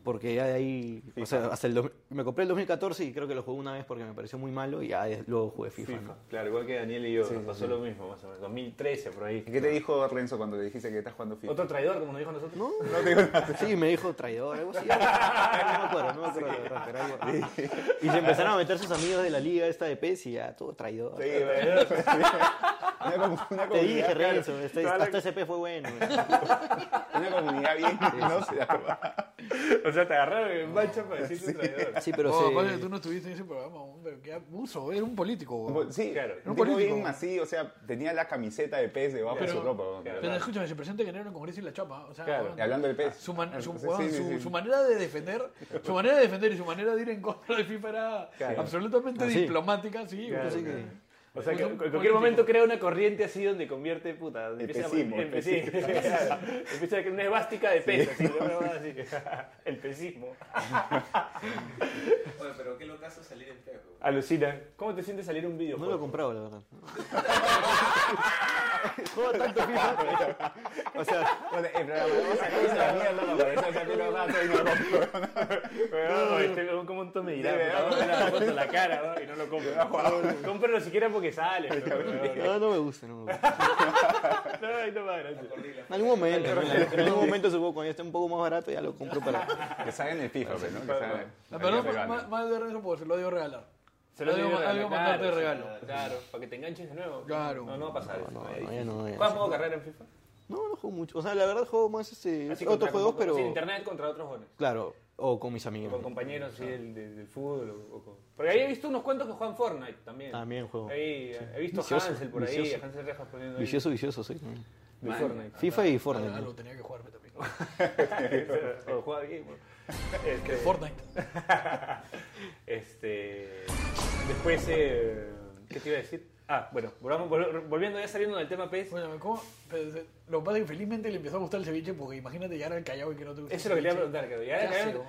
Speaker 5: Porque ya de ahí, o sea, hasta el... do- Me compré el 2014 y creo que lo jugué una vez porque me pareció muy malo y ya de- luego jugué FIFA, ¿no?
Speaker 3: Claro, igual que Daniel y yo, nos pasó lo mismo, más o menos. 2013, por ahí.
Speaker 6: ¿Y ¿Qué te dijo Renzo cuando le dijiste que estás jugando FIFA?
Speaker 3: Otro traidor, como nos dijo a nosotros.
Speaker 5: No, Sí, me dijo traidor, algo así. No me acuerdo, no me acuerdo. la verdad, pero algo- Y se empezaron a meter sus amigos de la liga esta de PES y ya, todo traidor.
Speaker 6: Sí, bueno. una, comu- una
Speaker 5: Te dije,
Speaker 6: comunidad, claro,
Speaker 5: Renzo, este-
Speaker 3: toda la-
Speaker 5: hasta ese P fue bueno.
Speaker 6: una comunidad bien, no sé, la verdad.
Speaker 3: O sea, te agarraron en mancha para decirte traidor.
Speaker 5: Sí, pero
Speaker 4: Oh,
Speaker 5: se-
Speaker 4: vale, tú no estuviste en ese programa, hombre, qué abuso, era un político. weón.
Speaker 6: Sí,
Speaker 3: Claro.
Speaker 6: claro.
Speaker 4: Un
Speaker 6: Un tipo
Speaker 4: político.
Speaker 6: bien así, o sea, tenía la camiseta de pez debajo de
Speaker 4: Pero-
Speaker 6: su ropa. weón.
Speaker 4: Pero escúchame, se presenta que era en el Congreso y la chapa. O sea,
Speaker 3: Claro.
Speaker 4: weón,
Speaker 6: Y hablando del pez.
Speaker 4: ah, su, man- su-
Speaker 6: Sí, sí,
Speaker 4: weón,
Speaker 6: sí,
Speaker 4: su-
Speaker 6: sí.
Speaker 4: su manera de defender, su manera de defender y su manera de ir en contra de FIFA era
Speaker 6: Claro.
Speaker 4: absolutamente
Speaker 5: Ah, sí.
Speaker 4: diplomática, sí.
Speaker 3: Claro,
Speaker 4: weón.
Speaker 5: Así que-
Speaker 3: O
Speaker 7: Pues
Speaker 3: sea, que en
Speaker 4: Un
Speaker 3: cualquier
Speaker 4: político.
Speaker 3: momento crea una corriente así donde convierte, puta, empieza
Speaker 6: pesismo,
Speaker 3: a,
Speaker 6: el pesismo.
Speaker 3: claro. empieza una esvástica de pez, así, una huevada así. el pesismo.
Speaker 7: Oye, pero qué locazo salir en feo.
Speaker 3: Alucina. ¿Cómo te sientes salir un
Speaker 5: No lo he
Speaker 3: videojuego?
Speaker 5: comprado, la verdad. Juego tanto FIFA. O sea,
Speaker 6: Bueno, eh, pero la vamos a sacar esa mierda para parecer sacar un rato y no lo compro.
Speaker 3: Weón, este weón, ¿Cómo montón me dirá?
Speaker 6: Sí,
Speaker 3: puta,
Speaker 6: weón.
Speaker 3: weón, la foto en la cara, weón, y no lo compro. Cómpralo siquiera porque sale. pero, weón,
Speaker 5: no, no me gusta, no me gusta.
Speaker 3: No, ay, no más, gracias.
Speaker 5: En algún momento, en algún- en algún momento supongo cuando ya esté un poco más barato ya lo compro para...
Speaker 6: Que salgan el FIFA, pues, ¿no? Que salgan.
Speaker 4: La verdad,
Speaker 6: Pero
Speaker 4: más- más, más de regreso porque se lo dio a regalar.
Speaker 3: Se lo
Speaker 4: Algo-
Speaker 3: digo,
Speaker 4: algo mandarte de
Speaker 3: claro,
Speaker 4: regalo.
Speaker 3: sí, Claro, para que te enganches de nuevo.
Speaker 4: Claro.
Speaker 3: No, no va a pasar. eso,
Speaker 5: No,
Speaker 3: es
Speaker 5: no, ya
Speaker 3: difícil.
Speaker 5: no, ya
Speaker 3: ¿Juegas
Speaker 5: no.
Speaker 3: modo carrera en FIFA?
Speaker 5: No, no juego mucho. O sea, la verdad juego más este,
Speaker 3: Así
Speaker 5: otros
Speaker 3: contra-
Speaker 5: juegos, pero...
Speaker 3: Sí, internet contra otros jóvenes.
Speaker 5: Claro, o con mis
Speaker 3: O con
Speaker 5: amigos.
Speaker 3: compañeros sí, del, del- del fútbol. O, o con... Porque ahí he visto unos cuantos que juegan Fortnite también.
Speaker 5: También juego.
Speaker 3: Ahí, eh, He visto
Speaker 5: Vicioso,
Speaker 3: a Hansel por ahí,
Speaker 5: vicioso.
Speaker 3: a Hansel Rejas poniendo ahí
Speaker 5: Vicioso, vicioso, sí.
Speaker 3: de Fortnite.
Speaker 5: FIFA y
Speaker 4: Algo-
Speaker 3: Ah,
Speaker 5: Fortnite.
Speaker 4: Algo tenía que jugarme también.
Speaker 3: o juega bien. bueno. Este,
Speaker 4: Fortnite.
Speaker 3: este, después, eh, ¿qué te iba a decir? Ah, bueno, volvamos- vol- volviendo ya saliendo del tema E pez.
Speaker 4: Óyeme, ¿cómo? Pero, se- Lo que pasa es que felizmente le empezó a gustar el ceviche porque imagínate llegar al Callao y que no te
Speaker 3: Eso
Speaker 4: guste.
Speaker 3: es lo que le iba a preguntar, creo. Ya,
Speaker 4: ¿Qué
Speaker 3: ya-
Speaker 4: hace, o?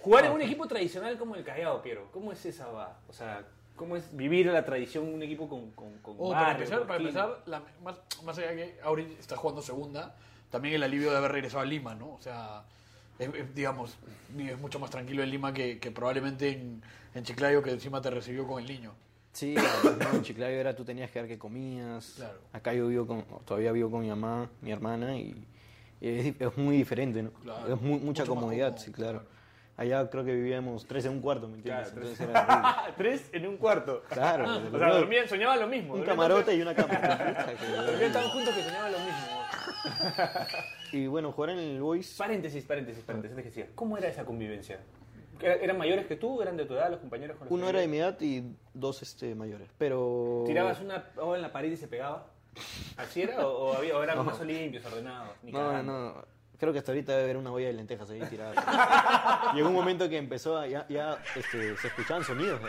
Speaker 3: jugar en un equipo tradicional como el Callao, Piero, ¿cómo es esa va? O sea, ¿cómo es vivir la tradición de un equipo con, con, con
Speaker 4: Oh, para
Speaker 3: barrio,
Speaker 4: empezar,
Speaker 3: con
Speaker 4: para
Speaker 3: clima?
Speaker 4: empezar la- más, más allá que ahora está jugando segunda, también el alivio de haber regresado a Lima, ¿no? O sea, es, es, digamos, es mucho más tranquilo en Lima que, que probablemente en, en Chiclayo, que encima te recibió con el niño.
Speaker 5: Sí, además, ¿no? en Chiclayo era tú tenías que ver qué comías.
Speaker 4: Claro.
Speaker 5: Acá yo vivo con, todavía vivo con mi mamá, mi hermana, y es, es muy diferente, ¿no?
Speaker 4: Claro,
Speaker 5: es mu- mucha
Speaker 4: mucho más
Speaker 5: comodidad,
Speaker 4: cómodo,
Speaker 5: sí, claro.
Speaker 4: claro.
Speaker 5: Allá creo que vivíamos tres en un cuarto, ¿me entiendes?
Speaker 3: Claro,
Speaker 5: Entonces era horrible.
Speaker 3: Ah, tres en un cuarto. Ah,
Speaker 5: Claro,
Speaker 3: O sea,
Speaker 5: bro,
Speaker 3: dormían, soñaban lo mismo.
Speaker 5: un
Speaker 3: dormían
Speaker 5: camarote y una cama. Puta que
Speaker 3: tan-
Speaker 5: bro.
Speaker 3: Dormían tan juntos que soñaban lo mismo.
Speaker 5: y bueno, jugar en el Boys,
Speaker 3: Paréntesis, paréntesis, paréntesis. antes que siga. ¿Cómo era esa convivencia? ¿Era- ¿Eran mayores que tú? ¿Eran de tu edad los compañeros con los
Speaker 5: uno
Speaker 3: que
Speaker 5: era de mi
Speaker 3: vivías?
Speaker 5: edad y dos este, mayores, pero...
Speaker 3: ¿Tirabas una ola en la pared y se pegaba? ¿Así era? ¿O, o había, o eran más limpios, ordenados? Ni
Speaker 5: No,
Speaker 3: cagando.
Speaker 5: no, creo que hasta ahorita debe haber una olla de lentejas ahí tirada. Llegó un momento que empezó a, ya, ya, este, se escuchaban sonidos. ¿no?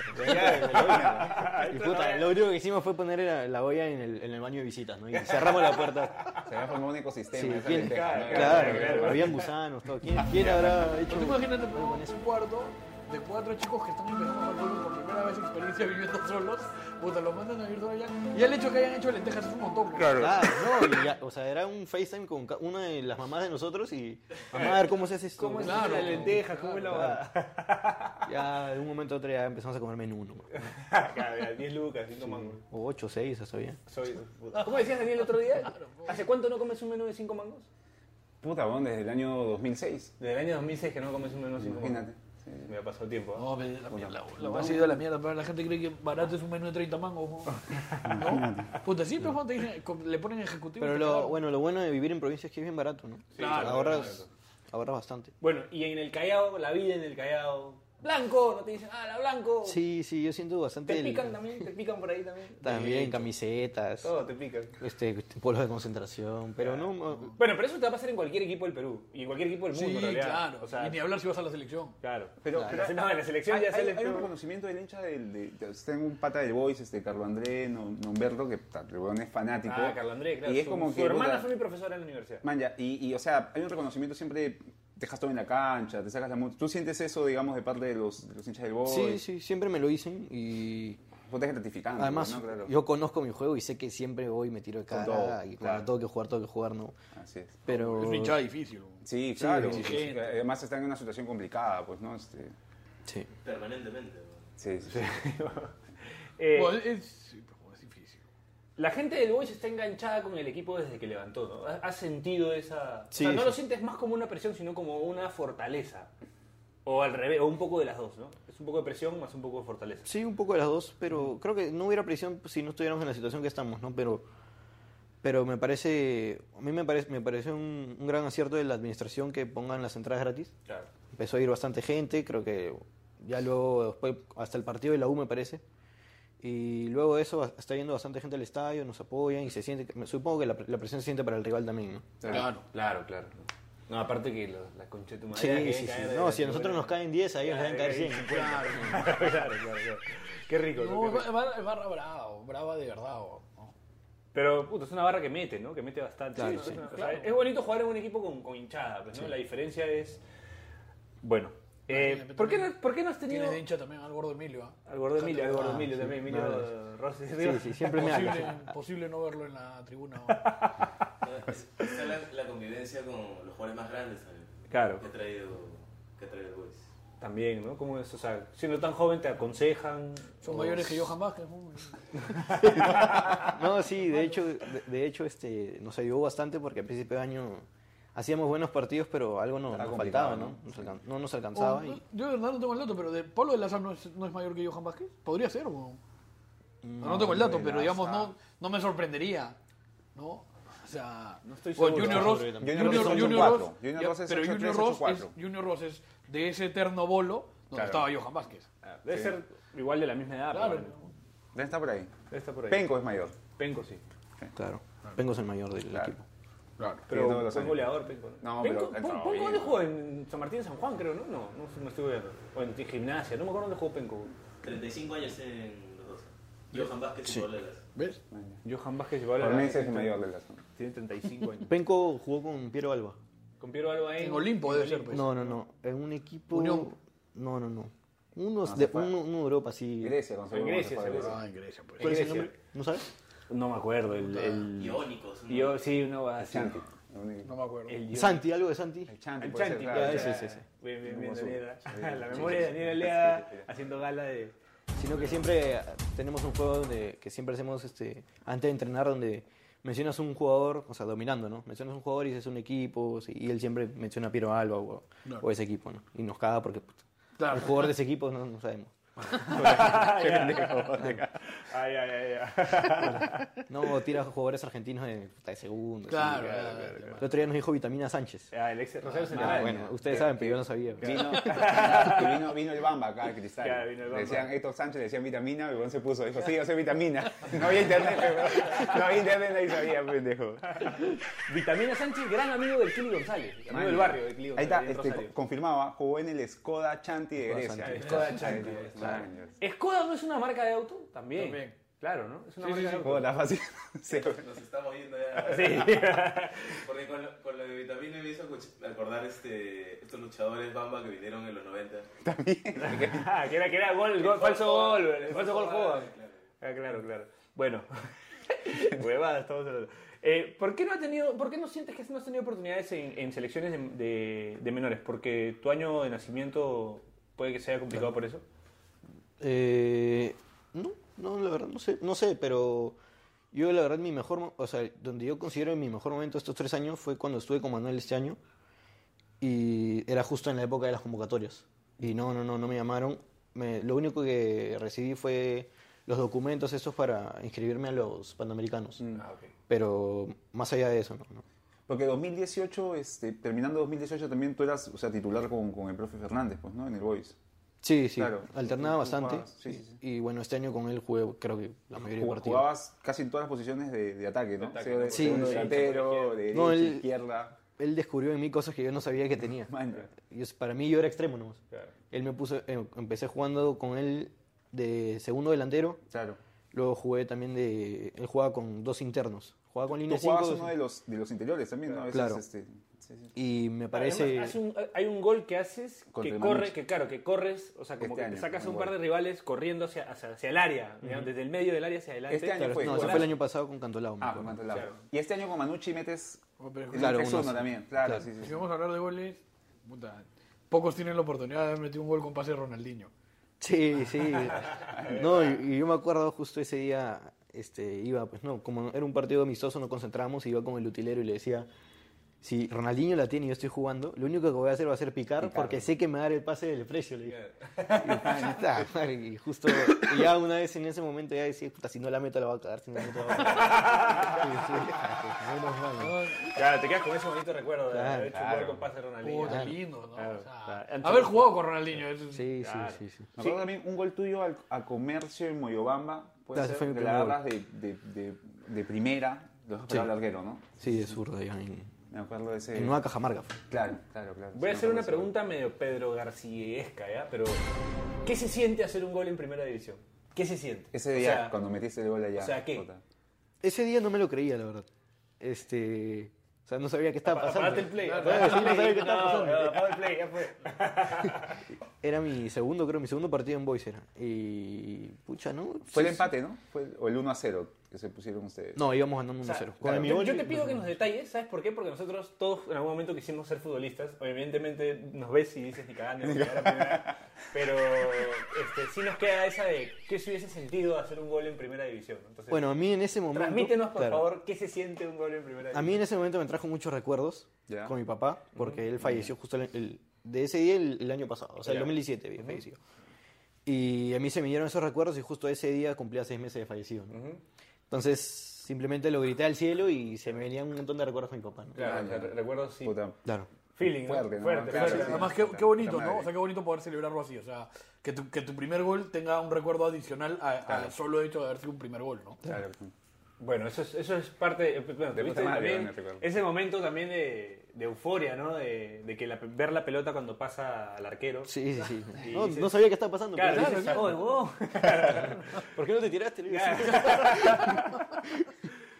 Speaker 5: Y puta, lo único que hicimos fue poner la, la olla en el, en el baño de visitas, ¿no? Y cerramos la puerta.
Speaker 6: Se había formado un ecosistema.
Speaker 5: Sí,
Speaker 6: esa
Speaker 5: ¿quién-
Speaker 6: lenteja,
Speaker 5: claro,
Speaker 6: ¿no?
Speaker 5: habían gusanos, todo. ¿Quién, quién habrá hecho?
Speaker 4: Tú imagínate pues, un cuarto de cuatro chicos que están empezando a jugar fútbol por primera vez experiencia viviendo solos, puta, los mandan a vivir solos allá. Y el hecho que hayan hecho lentejas es un montón. pues.
Speaker 5: Claro, no, y ya, o sea, era un FaceTime con ca- una de las mamás de nosotros y mamá, a ver cómo se hace esto.
Speaker 3: ¿Cómo es
Speaker 4: Claro.
Speaker 3: la lenteja? ¿Cómo es la
Speaker 5: Claro. Ya de un momento a otro ya empezamos a comer menú, ¿no?
Speaker 3: Claro, ya, 10 lucas, 5 mangos.
Speaker 5: O 8, 6, hasta bien.
Speaker 3: Soy- ¿Cómo decías Daniel el otro día? ¿Hace cuánto no comes un menú de 5 mangos?
Speaker 6: Puta, weón, desde el año 2006.
Speaker 3: Desde el año 2006 que no comes un menú de 5
Speaker 6: Imagínate.
Speaker 3: mangos. Me ha pasado tiempo. ¿ah?
Speaker 4: No, pero la, mierda, la, la base ha ido a la mierda, pero la gente cree que barato es un menú de 30 mangos. ¿no? ¿No? Puta, siempre cuando te dicen, con- le ponen ejecutivo.
Speaker 5: Pero
Speaker 4: te
Speaker 5: lo
Speaker 4: cagaron.
Speaker 5: bueno, lo bueno de vivir en provincia es que es bien barato, ¿no?
Speaker 3: claro,
Speaker 5: ahorras, ahorras bastante.
Speaker 3: Bueno, y en el Callao, la vida en el Callao. Blanco, no te dicen, ah, la blanco.
Speaker 5: Sí, sí, yo siento bastante.
Speaker 3: Te
Speaker 5: el-
Speaker 3: pican también, te pican por ahí también.
Speaker 5: También camisetas,
Speaker 3: Todo te pican.
Speaker 5: este, polos de concentración, pero no. no,
Speaker 3: Bueno, pero eso te va a pasar en cualquier equipo del Perú y en cualquier equipo del mundo,
Speaker 4: Sí,
Speaker 3: en realidad.
Speaker 4: claro.
Speaker 3: O sea,
Speaker 4: y ni hablar si vas a la selección.
Speaker 3: claro.
Speaker 6: Pero, pero-
Speaker 3: No, en la selección
Speaker 6: hay,
Speaker 3: ya
Speaker 6: hay-
Speaker 3: sale
Speaker 6: hay un
Speaker 3: peor.
Speaker 6: reconocimiento del hincha del. de- de- tengo un pata del Boys, este, Carlo André, no- Nomberto, que ta, el weón es fanático.
Speaker 3: Ah, Carlos Andrés, claro.
Speaker 6: Y es
Speaker 3: su,
Speaker 6: como
Speaker 3: su
Speaker 6: que.
Speaker 3: hermana
Speaker 6: puta,
Speaker 3: fue mi profesora en la universidad.
Speaker 6: Man, ya, y, y, o sea, hay un reconocimiento siempre, te dejas todo en la cancha, te sacas la multa. ¿Tú sientes eso, digamos, de parte de los, de los hinchas del Boys?
Speaker 5: Sí, sí, siempre me lo dicen y
Speaker 6: Puta, es gratificante.
Speaker 5: además
Speaker 6: ¿no? Ah, Claro.
Speaker 5: yo conozco mi juego y sé que siempre voy y me tiro de cara
Speaker 6: todo,
Speaker 5: y cuando
Speaker 6: claro.
Speaker 5: tengo que jugar, tengo que jugar, no.
Speaker 6: Así es.
Speaker 5: Pero
Speaker 4: Es una hinchada difícil. bro.
Speaker 6: Sí, claro.
Speaker 5: sí,
Speaker 6: sí, sí. además están en una situación complicada, pues, ¿no? Este,
Speaker 5: sí.
Speaker 7: Permanentemente. weón.
Speaker 6: sí, sí.
Speaker 3: Eh,
Speaker 4: Bueno, Pues, es, sí, pero es difícil.
Speaker 3: la gente del Boys está enganchada con el equipo desde que levantó, ¿no? ¿Has has sentido esa...?
Speaker 5: Sí,
Speaker 3: o sea, no
Speaker 5: sí.
Speaker 3: lo sientes más como una presión, sino como una fortaleza. O al revés, o un poco de las dos, ¿no? Es un poco de presión más un poco de fortaleza.
Speaker 5: Sí, un poco de las dos, pero creo que no hubiera presión si no estuviéramos en la situación que estamos, ¿no? Pero, pero me parece, a mí me parece, me parece un, un gran acierto de la administración que pongan las entradas gratis.
Speaker 3: Claro.
Speaker 5: Empezó a ir bastante gente, creo que ya luego, después, hasta el partido de la U me parece. Y luego de eso está yendo bastante gente al estadio, nos apoyan y se siente, me- supongo que la, pre- la presión se siente para el rival también, ¿no?
Speaker 4: Claro.
Speaker 3: Claro, claro. No, aparte que lo- la concha de tu madre...
Speaker 5: Sí,
Speaker 3: ya que
Speaker 5: sí, sí.
Speaker 3: caer de
Speaker 5: No,
Speaker 3: la
Speaker 5: si a nosotros
Speaker 3: tribuna.
Speaker 5: nos caen 10, a ellos les deben caer 100.
Speaker 3: Claro, claro, claro. Qué rico.
Speaker 4: No,
Speaker 3: qué
Speaker 4: es
Speaker 3: rico.
Speaker 4: barra, es barra bravo, brava de verdad. bro, ¿no?
Speaker 3: Pero puto, es una barra que mete, ¿no? Que mete bastante.
Speaker 5: Claro,
Speaker 3: es,
Speaker 5: sí.
Speaker 3: una- o sea, es bonito jugar en un equipo con, con hinchada, pues, ¿no? La diferencia es. Bueno. eh,
Speaker 4: Imagínate,
Speaker 3: ¿por, qué
Speaker 4: también.
Speaker 3: no, ¿Por qué no has tenido.
Speaker 4: Tienes de hincha también al gordo Emilio. ¿ah?
Speaker 3: Al gordo Emilio, al gordo
Speaker 5: Ah,
Speaker 3: Emilio
Speaker 5: sí,
Speaker 3: también, Emilio
Speaker 5: nada
Speaker 3: Rossi.
Speaker 5: Sí, sí, siempre me hablan.
Speaker 4: Imposible, imposible no verlo en la tribuna. bro.
Speaker 7: Está la, la convivencia con los jugadores más grandes también.
Speaker 3: Claro.
Speaker 7: Que ha traído, que ha traído el Boys.
Speaker 3: También, ¿no? Como es, o sea, siendo tan joven te aconsejan.
Speaker 4: Son
Speaker 3: o-
Speaker 4: mayores que yo jamás. que-
Speaker 5: No, sí, de hecho, de, de hecho este, nos ayudó bastante porque a principio de año hacíamos buenos partidos, pero algo no-
Speaker 6: Estaba
Speaker 5: nos faltaba,
Speaker 6: complicado,
Speaker 5: ¿no? Nos alcan- no nos
Speaker 4: Oh,
Speaker 5: alcanzaba y
Speaker 4: Yo de verdad no tengo el dato, pero de Pablo de la Sal no es, no es mayor que Johan Vázquez. Podría ser, bro. No, no tengo el dato,
Speaker 6: de
Speaker 4: pero
Speaker 6: la
Speaker 4: digamos,
Speaker 6: Sal.
Speaker 4: no, no me sorprendería. ¿No? O sea,
Speaker 3: No estoy
Speaker 4: o
Speaker 3: seguro.
Speaker 4: Junior
Speaker 3: No,
Speaker 4: Ross.
Speaker 5: sobre-
Speaker 6: Junior Ross es ocho cuatro. Junior
Speaker 4: ya,
Speaker 6: Ross es
Speaker 4: pero
Speaker 6: ocho
Speaker 4: Junior
Speaker 6: tres, ocho
Speaker 4: Ross es,
Speaker 6: cuatro.
Speaker 4: Junior Ross es de ese eterno bolo donde
Speaker 6: Claro.
Speaker 4: estaba Johan Vázquez.
Speaker 3: Ah, Debe
Speaker 6: Sí.
Speaker 3: ser igual de la misma edad.
Speaker 4: Claro.
Speaker 3: probablemente.
Speaker 6: ¿Dónde está por ahí?
Speaker 3: Debe estar por ahí.
Speaker 6: Penco es mayor.
Speaker 3: Penco, sí.
Speaker 5: claro, Pengo es el mayor del
Speaker 6: Claro.
Speaker 5: equipo.
Speaker 6: Sí,
Speaker 3: Pero
Speaker 6: todos los
Speaker 3: fue
Speaker 6: años.
Speaker 3: goleador, Penco. Penco,
Speaker 6: No, pero-
Speaker 3: Pon- Penco,
Speaker 6: todavía.
Speaker 3: ¿dónde jugó? En San Martín, San Juan, creo, ¿no? No, no, no estuve viendo. O en gimnasia, no me acuerdo dónde jugó Penco.
Speaker 7: 35 años en los dos. Johan Vázquez y Bolelas.
Speaker 4: ¿Ves?
Speaker 3: Johan Vázquez llevó
Speaker 6: Por meses es mayor de la zona.
Speaker 3: Tiene 35 años.
Speaker 5: Penco jugó con Piero Alba.
Speaker 3: Con Piero Alba en,
Speaker 4: En Olimpo debe ser, pues.
Speaker 5: No, no, no. Es un equipo.
Speaker 4: Unión.
Speaker 5: No, no, no. Uno,
Speaker 6: No,
Speaker 5: de,
Speaker 6: se fue.
Speaker 5: uno, uno de Europa, sí.
Speaker 6: Grecia, con seguro.
Speaker 3: Grecia,
Speaker 6: se fue a
Speaker 3: seguro.
Speaker 4: Ah, en Grecia, pues.
Speaker 5: ¿Cuál es el
Speaker 3: Grecia.
Speaker 5: nombre? ¿No sabes?
Speaker 3: No me acuerdo. El, el...
Speaker 7: Iónicos. ¿no?
Speaker 3: Yo, sí, uno va así.
Speaker 6: Chanti.
Speaker 4: No me acuerdo.
Speaker 6: Eh,
Speaker 3: El Iónicos.
Speaker 5: Santi, algo de Santi.
Speaker 6: El Chanti.
Speaker 3: El
Speaker 6: puede ser,
Speaker 3: Chanti,
Speaker 6: claro,
Speaker 3: claro,
Speaker 6: ya.
Speaker 5: ese, ese.
Speaker 3: Bien, bien, bien,
Speaker 6: Hermoso.
Speaker 3: Daniel.
Speaker 6: Sí.
Speaker 3: La memoria de Daniel Alea haciendo gala de.
Speaker 5: Sino que siempre eh, tenemos un juego donde, que siempre hacemos este, antes de entrenar donde mencionas un jugador, o sea, dominando, ¿no? Mencionas un jugador y dices un equipo, sí, y él siempre menciona a Piero Alba o,
Speaker 4: Claro.
Speaker 5: o ese equipo, ¿no? Y nos caga porque puta,
Speaker 4: Claro.
Speaker 5: el jugador de ese equipo no, no sabemos.
Speaker 3: Ah, Ay, ay, ay, ay.
Speaker 5: No, tira jugadores argentinos de, puta, de segundo. así.
Speaker 4: Claro, claro, claro, claro.
Speaker 5: El otro día nos dijo Vitamina Sánchez.
Speaker 3: Ah, el ex Rosario
Speaker 6: Ah,
Speaker 3: Central.
Speaker 5: bueno, ustedes saben, pero yo no sabía.
Speaker 6: Vino, que vino, vino el Bamba acá, el cristal.
Speaker 3: Claro, vino el Bamba.
Speaker 6: Le decían Héctor Sánchez, le decían vitamina, y Iván se puso, dijo, sí, yo soy vitamina. No había internet, pero- no había internet, nadie sabía, pendejo.
Speaker 3: Vitamina Sánchez, gran amigo del Kili González. Amigo del barrio de Kili
Speaker 6: Ahí
Speaker 3: González.
Speaker 6: está,
Speaker 3: ahí en
Speaker 6: este,
Speaker 3: Rosario.
Speaker 6: confirmaba, jugó en el Skoda Chanti de Grecia.
Speaker 5: Chanti.
Speaker 3: Skoda Chanti,
Speaker 6: Ahí está, años.
Speaker 3: ¿Skoda no es una marca de auto? También.
Speaker 4: También.
Speaker 3: Claro, ¿no? Es una
Speaker 4: Sí,
Speaker 3: marca
Speaker 4: sí,
Speaker 3: de
Speaker 4: sí.
Speaker 3: auto.
Speaker 6: Joda, fácil. Sí.
Speaker 7: Nos estamos yendo ya. Porque con lo, con lo de vitamina me hizo escuch- acordar este, estos luchadores bamba que vinieron en los 90.
Speaker 3: Ah, que era, que era gol, gol, falso gol, el falso gol joda.
Speaker 7: Claro.
Speaker 3: Ah, claro, claro. Bueno, huevadas, estamos hablando. Eh, ¿por, qué no ha tenido, ¿Por qué no sientes que no has tenido oportunidades en, en selecciones de, de- de menores? ¿Porque tu año de nacimiento puede que sea complicado por eso?
Speaker 5: Eh, no, no, la verdad no sé, no sé, pero yo la verdad mi mejor, mo- o sea, donde yo considero mi mejor momento estos tres años fue cuando estuve con Manuel este año y era justo en la época de las convocatorias y no, no, no, no me llamaron. Me- lo único que recibí fue los documentos estos para inscribirme a los
Speaker 6: Mm.
Speaker 5: Panamericanos,
Speaker 3: Ah,
Speaker 5: pero más allá de eso, no, no.
Speaker 6: Porque 2018, este, terminando 2018 también tú eras, o sea, titular con, con el profe Fernández, pues, ¿no? En el Boys.
Speaker 5: Sí, sí,
Speaker 6: Claro.
Speaker 5: alternaba
Speaker 6: Tú
Speaker 5: bastante
Speaker 6: jugabas, sí, sí, sí.
Speaker 5: y bueno, este año con él jugué creo que la mayoría de
Speaker 6: Jug-
Speaker 5: partidos.
Speaker 6: Jugabas casi en todas las posiciones de, de ataque, ¿no?
Speaker 7: ataque,
Speaker 6: O sea, de
Speaker 7: ¿no?
Speaker 5: Sí,
Speaker 6: segundo
Speaker 5: sí.
Speaker 6: delantero, de
Speaker 5: No,
Speaker 6: derecha,
Speaker 5: el-
Speaker 6: izquierda.
Speaker 5: Él descubrió en mí cosas que yo no sabía que tenía.
Speaker 6: Man,
Speaker 5: Yo- para mí yo era extremo nomás. Él me puso, em- empecé jugando con él de segundo delantero,
Speaker 6: claro.
Speaker 5: luego jugué también de, él jugaba con dos internos, jugaba con
Speaker 6: Tú
Speaker 5: línea
Speaker 6: jugabas
Speaker 5: 5
Speaker 6: uno de los, de los interiores también, ¿no? A veces,
Speaker 5: Claro.
Speaker 6: este, sí, sí.
Speaker 5: y me parece,
Speaker 3: Además, hace un- eh, hay un gol que haces
Speaker 6: Contra
Speaker 3: que
Speaker 6: el
Speaker 3: corre,
Speaker 6: Manucci.
Speaker 3: que claro, que corres, o sea, como
Speaker 6: Este
Speaker 3: que te
Speaker 6: año,
Speaker 3: sacas a un
Speaker 6: igual.
Speaker 3: par de rivales corriendo hacia, hacia, hacia el área, digamos, desde el medio del área hacia adelante.
Speaker 6: Este año
Speaker 5: claro,
Speaker 6: fue,
Speaker 5: no, eso
Speaker 6: golazo.
Speaker 5: fue el año pasado con Cantolao. me
Speaker 6: Ah,
Speaker 5: acuerdo.
Speaker 6: con Mantolao.
Speaker 3: Claro.
Speaker 6: Y este año con Manucci metes
Speaker 4: Oh, pero-
Speaker 6: en
Speaker 5: Claro,
Speaker 6: el 3-1
Speaker 5: uno, sí.
Speaker 6: también. Claro,
Speaker 5: Claro.
Speaker 6: sí, sí,
Speaker 4: Si
Speaker 6: sí.
Speaker 4: vamos a hablar de goles, puta, pocos tienen la oportunidad de haber metido un gol con pase de Ronaldinho.
Speaker 5: Sí, sí. No, y, y yo me acuerdo justo ese día, este, iba, pues no, como era un partido amistoso, no concentramos, iba con el utilero y le decía, si Ronaldinho la tiene y yo estoy jugando, lo único que voy a hacer va a ser picar, porque sé que me va a dar el pase del precio, le dije. Y, puta madre, y justo, y ya una vez en ese momento ya decía, puta, si no la meto la va a cagar, si no la meto la va a cagar. Sí, sí, menos mal, ¿no?
Speaker 3: Claro, te quedas con ese bonito recuerdo de
Speaker 5: Claro,
Speaker 3: haber hecho un gol
Speaker 6: claro.
Speaker 3: con pase de Ronaldinho.
Speaker 4: Puta,
Speaker 5: Claro.
Speaker 4: lindo, ¿no?
Speaker 3: Claro,
Speaker 4: O sea,
Speaker 3: claro. Antes-
Speaker 4: haber jugado con Ronaldinho. es-
Speaker 5: Sí, sí,
Speaker 3: Claro.
Speaker 5: sí, sí.
Speaker 6: Me acuerdo también un gol tuyo al, a comercio en Moyobamba. Puede
Speaker 5: Ah, ese
Speaker 6: ser
Speaker 5: fue mi
Speaker 6: que la
Speaker 5: primer gol.
Speaker 6: agarras de, de, de, de primera, lo dejas para el larguero, ¿no?
Speaker 5: Sí, de zurdo, ya, en,
Speaker 6: Me acuerdo de ese.
Speaker 5: en Nueva Cajamarca. fue.
Speaker 6: Claro, claro, claro.
Speaker 3: Voy a
Speaker 6: Sí,
Speaker 3: hacer
Speaker 6: me
Speaker 3: una
Speaker 6: acuerdo
Speaker 3: pregunta medio Pedro Garciesca, ¿ya? Pero, ¿qué se siente hacer un gol en primera división? ¿Qué se siente?
Speaker 6: Ese
Speaker 3: O
Speaker 6: Ese día,
Speaker 3: sea,
Speaker 6: cuando metiste el gol allá.
Speaker 3: o sea, ¿qué?
Speaker 6: puta.
Speaker 5: Ese día no me lo creía, la verdad. Este. O sea, no sabía qué estaba pasando.
Speaker 3: Apagate el play.
Speaker 5: Claro,
Speaker 3: apagate el
Speaker 5: sí, no
Speaker 3: play.
Speaker 5: sabía qué estaba
Speaker 3: No,
Speaker 5: pasando.
Speaker 3: no, apaga el play, ya fue.
Speaker 5: Era mi segundo, creo, mi segundo partido en Boys era. Y. Pucha, ¿no?
Speaker 6: Fue
Speaker 5: Sí,
Speaker 6: el empate, ¿no? Fue el- o el 1 a 0 que se pusieron ustedes.
Speaker 5: sí. No, íbamos ganando 1-0.
Speaker 3: O sea,
Speaker 5: Con
Speaker 3: claro,
Speaker 5: mi
Speaker 3: yo,
Speaker 5: gol-
Speaker 3: yo te pido que nos detalles, ¿sabes por qué? Porque nosotros todos en algún momento quisimos ser futbolistas. Evidentemente nos ves y dices ni cagando, ni cagando, ni nada. pero este, sí nos queda esa de qué se hubiese sentido hacer un gol en primera división. Entonces,
Speaker 5: Bueno, a mí en ese momento.
Speaker 3: transmítenos por
Speaker 5: claro.
Speaker 3: favor qué se siente un gol en primera
Speaker 5: A
Speaker 3: división.
Speaker 5: mí en ese momento me trajo muchos recuerdos
Speaker 6: Ya.
Speaker 5: con mi papá, porque él falleció justo el, el- de ese día el, el año pasado, o sea, el 2017 había fallecido. Y a mí se me dieron esos recuerdos y justo ese día cumplía seis meses de fallecido. ¿no? Entonces, simplemente lo grité al cielo y se me venían un montón de recuerdos con mi papá. ¿no?
Speaker 3: Claro, o sea, re- recuerdo sí.
Speaker 6: Puta.
Speaker 5: Claro.
Speaker 3: Feeling, ¿no?
Speaker 6: Fuerte, ¿no?
Speaker 3: fuerte,
Speaker 6: Claro,
Speaker 3: fuerte.
Speaker 6: sí.
Speaker 4: Además, qué,
Speaker 6: puta,
Speaker 4: qué bonito,
Speaker 6: puta madre.
Speaker 4: ¿no? O sea, qué bonito poder celebrarlo así. O sea, que tu, que tu primer gol tenga un recuerdo adicional a- al solo hecho de haber sido un primer gol, ¿no?
Speaker 6: Claro.
Speaker 3: Bueno, eso es, eso es parte. eh, Bueno,
Speaker 6: De
Speaker 3: tuviste
Speaker 6: puta madre,
Speaker 3: también
Speaker 6: me recuerdo.
Speaker 3: ese momento también de, de euforia, ¿no? De, de que la- ver la pelota cuando pasa al arquero.
Speaker 5: Sí, sí, sí.
Speaker 3: Sí,
Speaker 5: No,
Speaker 3: sí.
Speaker 5: no sabía qué estaba pasando.
Speaker 3: Claro,
Speaker 5: pero-
Speaker 3: dices, "Oh, wow".
Speaker 5: ¿Por qué no te tiraste? Le digo,
Speaker 3: Claro.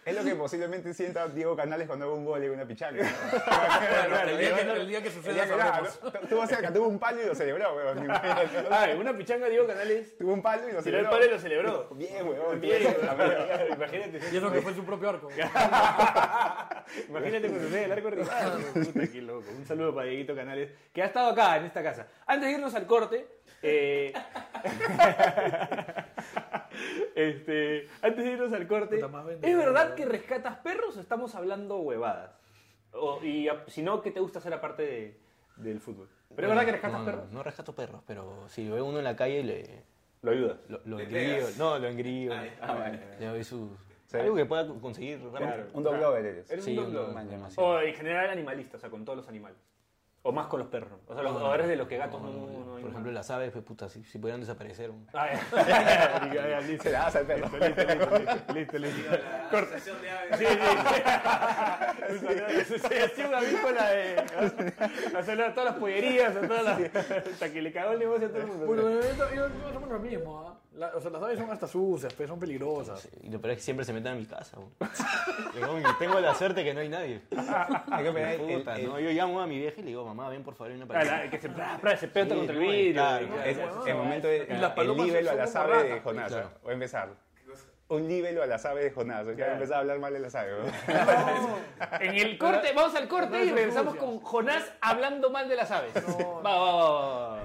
Speaker 6: Es lo que posiblemente sienta Diego Canales cuando hago un gol y una pichanga. ¿no?
Speaker 4: el, día que, el día que
Speaker 6: El
Speaker 4: suceda
Speaker 6: día que nada,
Speaker 4: sabremos.
Speaker 6: ¿no? Tuvo cerca, tuvo un palo y lo celebró, weón.
Speaker 3: Ay, una pichanga Diego Canales
Speaker 6: Tuvo un palo y lo
Speaker 3: tiró el
Speaker 6: celebró.
Speaker 3: palo y lo celebró.
Speaker 6: Bien, weón.
Speaker 3: Bien,
Speaker 6: bien.
Speaker 3: claro, imagínate.
Speaker 4: Y eso que fue su propio arco.
Speaker 3: Imagínate cuando sea el arco recostado. Puta, qué loco. Un saludo para Dieguito Canales, que ha estado acá en esta casa. Antes de irnos al corte, eh, este, antes de irnos al corte,
Speaker 4: Puta, más vende,
Speaker 3: ¿es
Speaker 4: ¿no?
Speaker 3: verdad que rescatas perros o estamos hablando huevadas? O- y a- si no, ¿qué te gusta hacer aparte de- del fútbol? ¿Pero es verdad que rescatas
Speaker 5: no, no,
Speaker 3: perros?
Speaker 5: no rescato perros, pero si veo uno en la calle le,
Speaker 3: Lo ayudas.
Speaker 5: lo, lo
Speaker 7: Le
Speaker 5: engrío.
Speaker 7: pegas.
Speaker 5: No, lo engrío.
Speaker 7: ah, vale.
Speaker 5: Le doy su... Algo que pueda conseguir
Speaker 3: Claro.
Speaker 5: realmente.
Speaker 6: Un dog lover eres.
Speaker 3: Eres
Speaker 5: Sí,
Speaker 3: un
Speaker 5: un
Speaker 3: dog
Speaker 5: dog,
Speaker 3: lover.
Speaker 5: demasiado.
Speaker 3: O en general animalista, o sea, con todos los animales. O más con los perros. O sea, los, o eres de los que gatos no, no, no hay
Speaker 5: Por ejemplo, las aves, pues puta, si, si pudieran desaparecer. un-
Speaker 3: Ah, ya. Digo, ya, listo.
Speaker 6: Se la das al perro.
Speaker 3: Listo, listo, listo, listo, listo. Corta. Sí,
Speaker 7: Asociación de aves.
Speaker 3: sí. Sí, sí, sí, una avícola de. A saludar a todas las pollerías, a todas las. Hasta que le cagó el negocio a todo el mundo.
Speaker 4: Bueno, esto- ellos no somos lo mismo, ¿ah? La- o sea, las aves son hasta sucias, pues, son peligrosas.
Speaker 5: Y lo peor es que siempre se meten en mi casa. weón. Tengo mi- Tengo la suerte que no hay nadie.
Speaker 6: Hay que opinar el-
Speaker 5: Puta,
Speaker 6: el-
Speaker 5: no, yo llamo a mi vieja y le digo, mamá, ven por favor, hay una
Speaker 3: Ah,
Speaker 5: paloma.
Speaker 3: la- que se, pra, pra, se pega
Speaker 5: Sí,
Speaker 3: contra el
Speaker 5: no,
Speaker 3: vidrio.
Speaker 5: claro,
Speaker 3: y-
Speaker 5: claro.
Speaker 6: Es, el momento
Speaker 4: Y
Speaker 6: de
Speaker 4: las
Speaker 6: el
Speaker 4: palomas
Speaker 6: libelo a
Speaker 4: son
Speaker 6: las
Speaker 4: como
Speaker 6: aves de
Speaker 4: ratas.
Speaker 6: Jonás.
Speaker 5: Claro.
Speaker 6: Voy a empezar.
Speaker 7: ¿Qué cosa?
Speaker 6: Un libelo a las aves de Jonás. Ya voy a
Speaker 3: Claro.
Speaker 6: empezar a hablar mal de las aves. weón.
Speaker 3: En el corte, vamos al corte y regresamos con Jonás hablando mal de las aves. Va, va, va, va, va.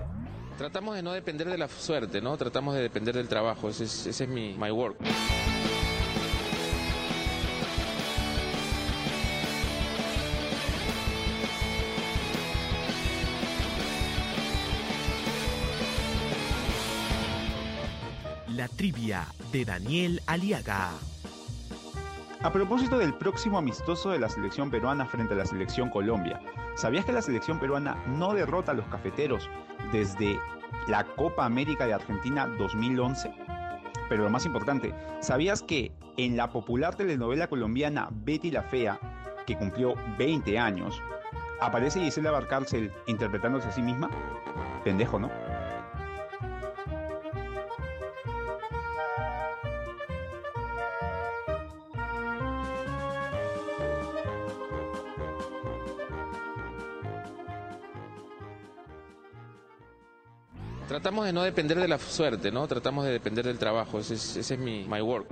Speaker 1: Tratamos de no depender de la suerte, ¿no? Tratamos de depender del trabajo. Ese es, ese es mi my work.
Speaker 8: La trivia de Daniel Aliaga.
Speaker 6: A propósito del próximo amistoso de la selección peruana frente a la selección Colombia, ¿sabías que la selección peruana no derrota a los cafeteros desde la Copa América de Argentina 2011? Pero lo más importante, ¿sabías que en la popular telenovela colombiana Betty la Fea, que cumplió 20 años, aparece Gisela Barcárcel interpretándose a sí misma? Pendejo, ¿no?
Speaker 1: Tratamos de no depender de la suerte, ¿no? Tratamos de depender del trabajo. Ese es, ese es mi my work.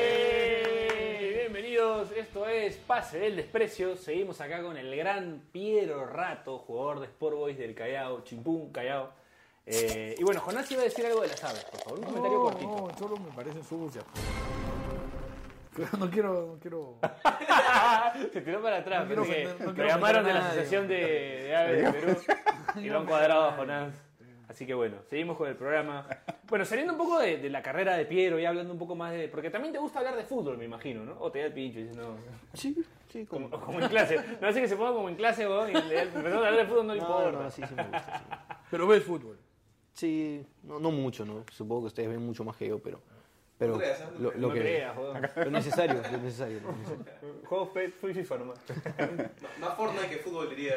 Speaker 3: ¡Ey! Bienvenidos, esto es Pase del Desprecio. Seguimos acá con el gran Piero Rato, jugador de Sport Boys del Callao, Chimpún, Callao. Eh, y bueno, Jonás iba a decir algo de las aves, por favor, un comentario
Speaker 4: No,
Speaker 3: cortito.
Speaker 4: no, solo me parecen sucias. pues. No quiero, no quiero.
Speaker 3: Se tiró para atrás,
Speaker 4: No quiero
Speaker 3: pensé
Speaker 4: ofender-
Speaker 3: que
Speaker 4: no
Speaker 3: lo
Speaker 4: quiero
Speaker 3: llamaron de
Speaker 4: ofender a
Speaker 3: la
Speaker 4: nadie.
Speaker 3: Asociación de, de Aves de Perú y lo han cuadrado a Jonás. Así que bueno, seguimos con el programa. Bueno, saliendo un poco de, de la carrera de Piero y hablando un poco más de... Porque también te gusta hablar de fútbol, me imagino, ¿no? O te da el pincho y dices, no...
Speaker 5: Sí, sí, como...
Speaker 3: O como en clase. No hace que se ponga como en clase, weón. Y le- empezamos a hablar de fútbol, no le
Speaker 5: No,
Speaker 3: importa.
Speaker 5: no, sí, sí me gusta. sí.
Speaker 4: Pero ves fútbol.
Speaker 5: Sí, no, no mucho, ¿no? Supongo que ustedes ven mucho más que yo, pero... Pero
Speaker 7: No creas, no
Speaker 5: lo,
Speaker 7: creas.
Speaker 5: lo
Speaker 3: No
Speaker 5: que...
Speaker 3: creas, weón.
Speaker 5: Lo necesario, lo necesario. lo necesario.
Speaker 3: Juegos pet, fui FIFA nomás.
Speaker 7: M- Más Fortnite que fútbol diría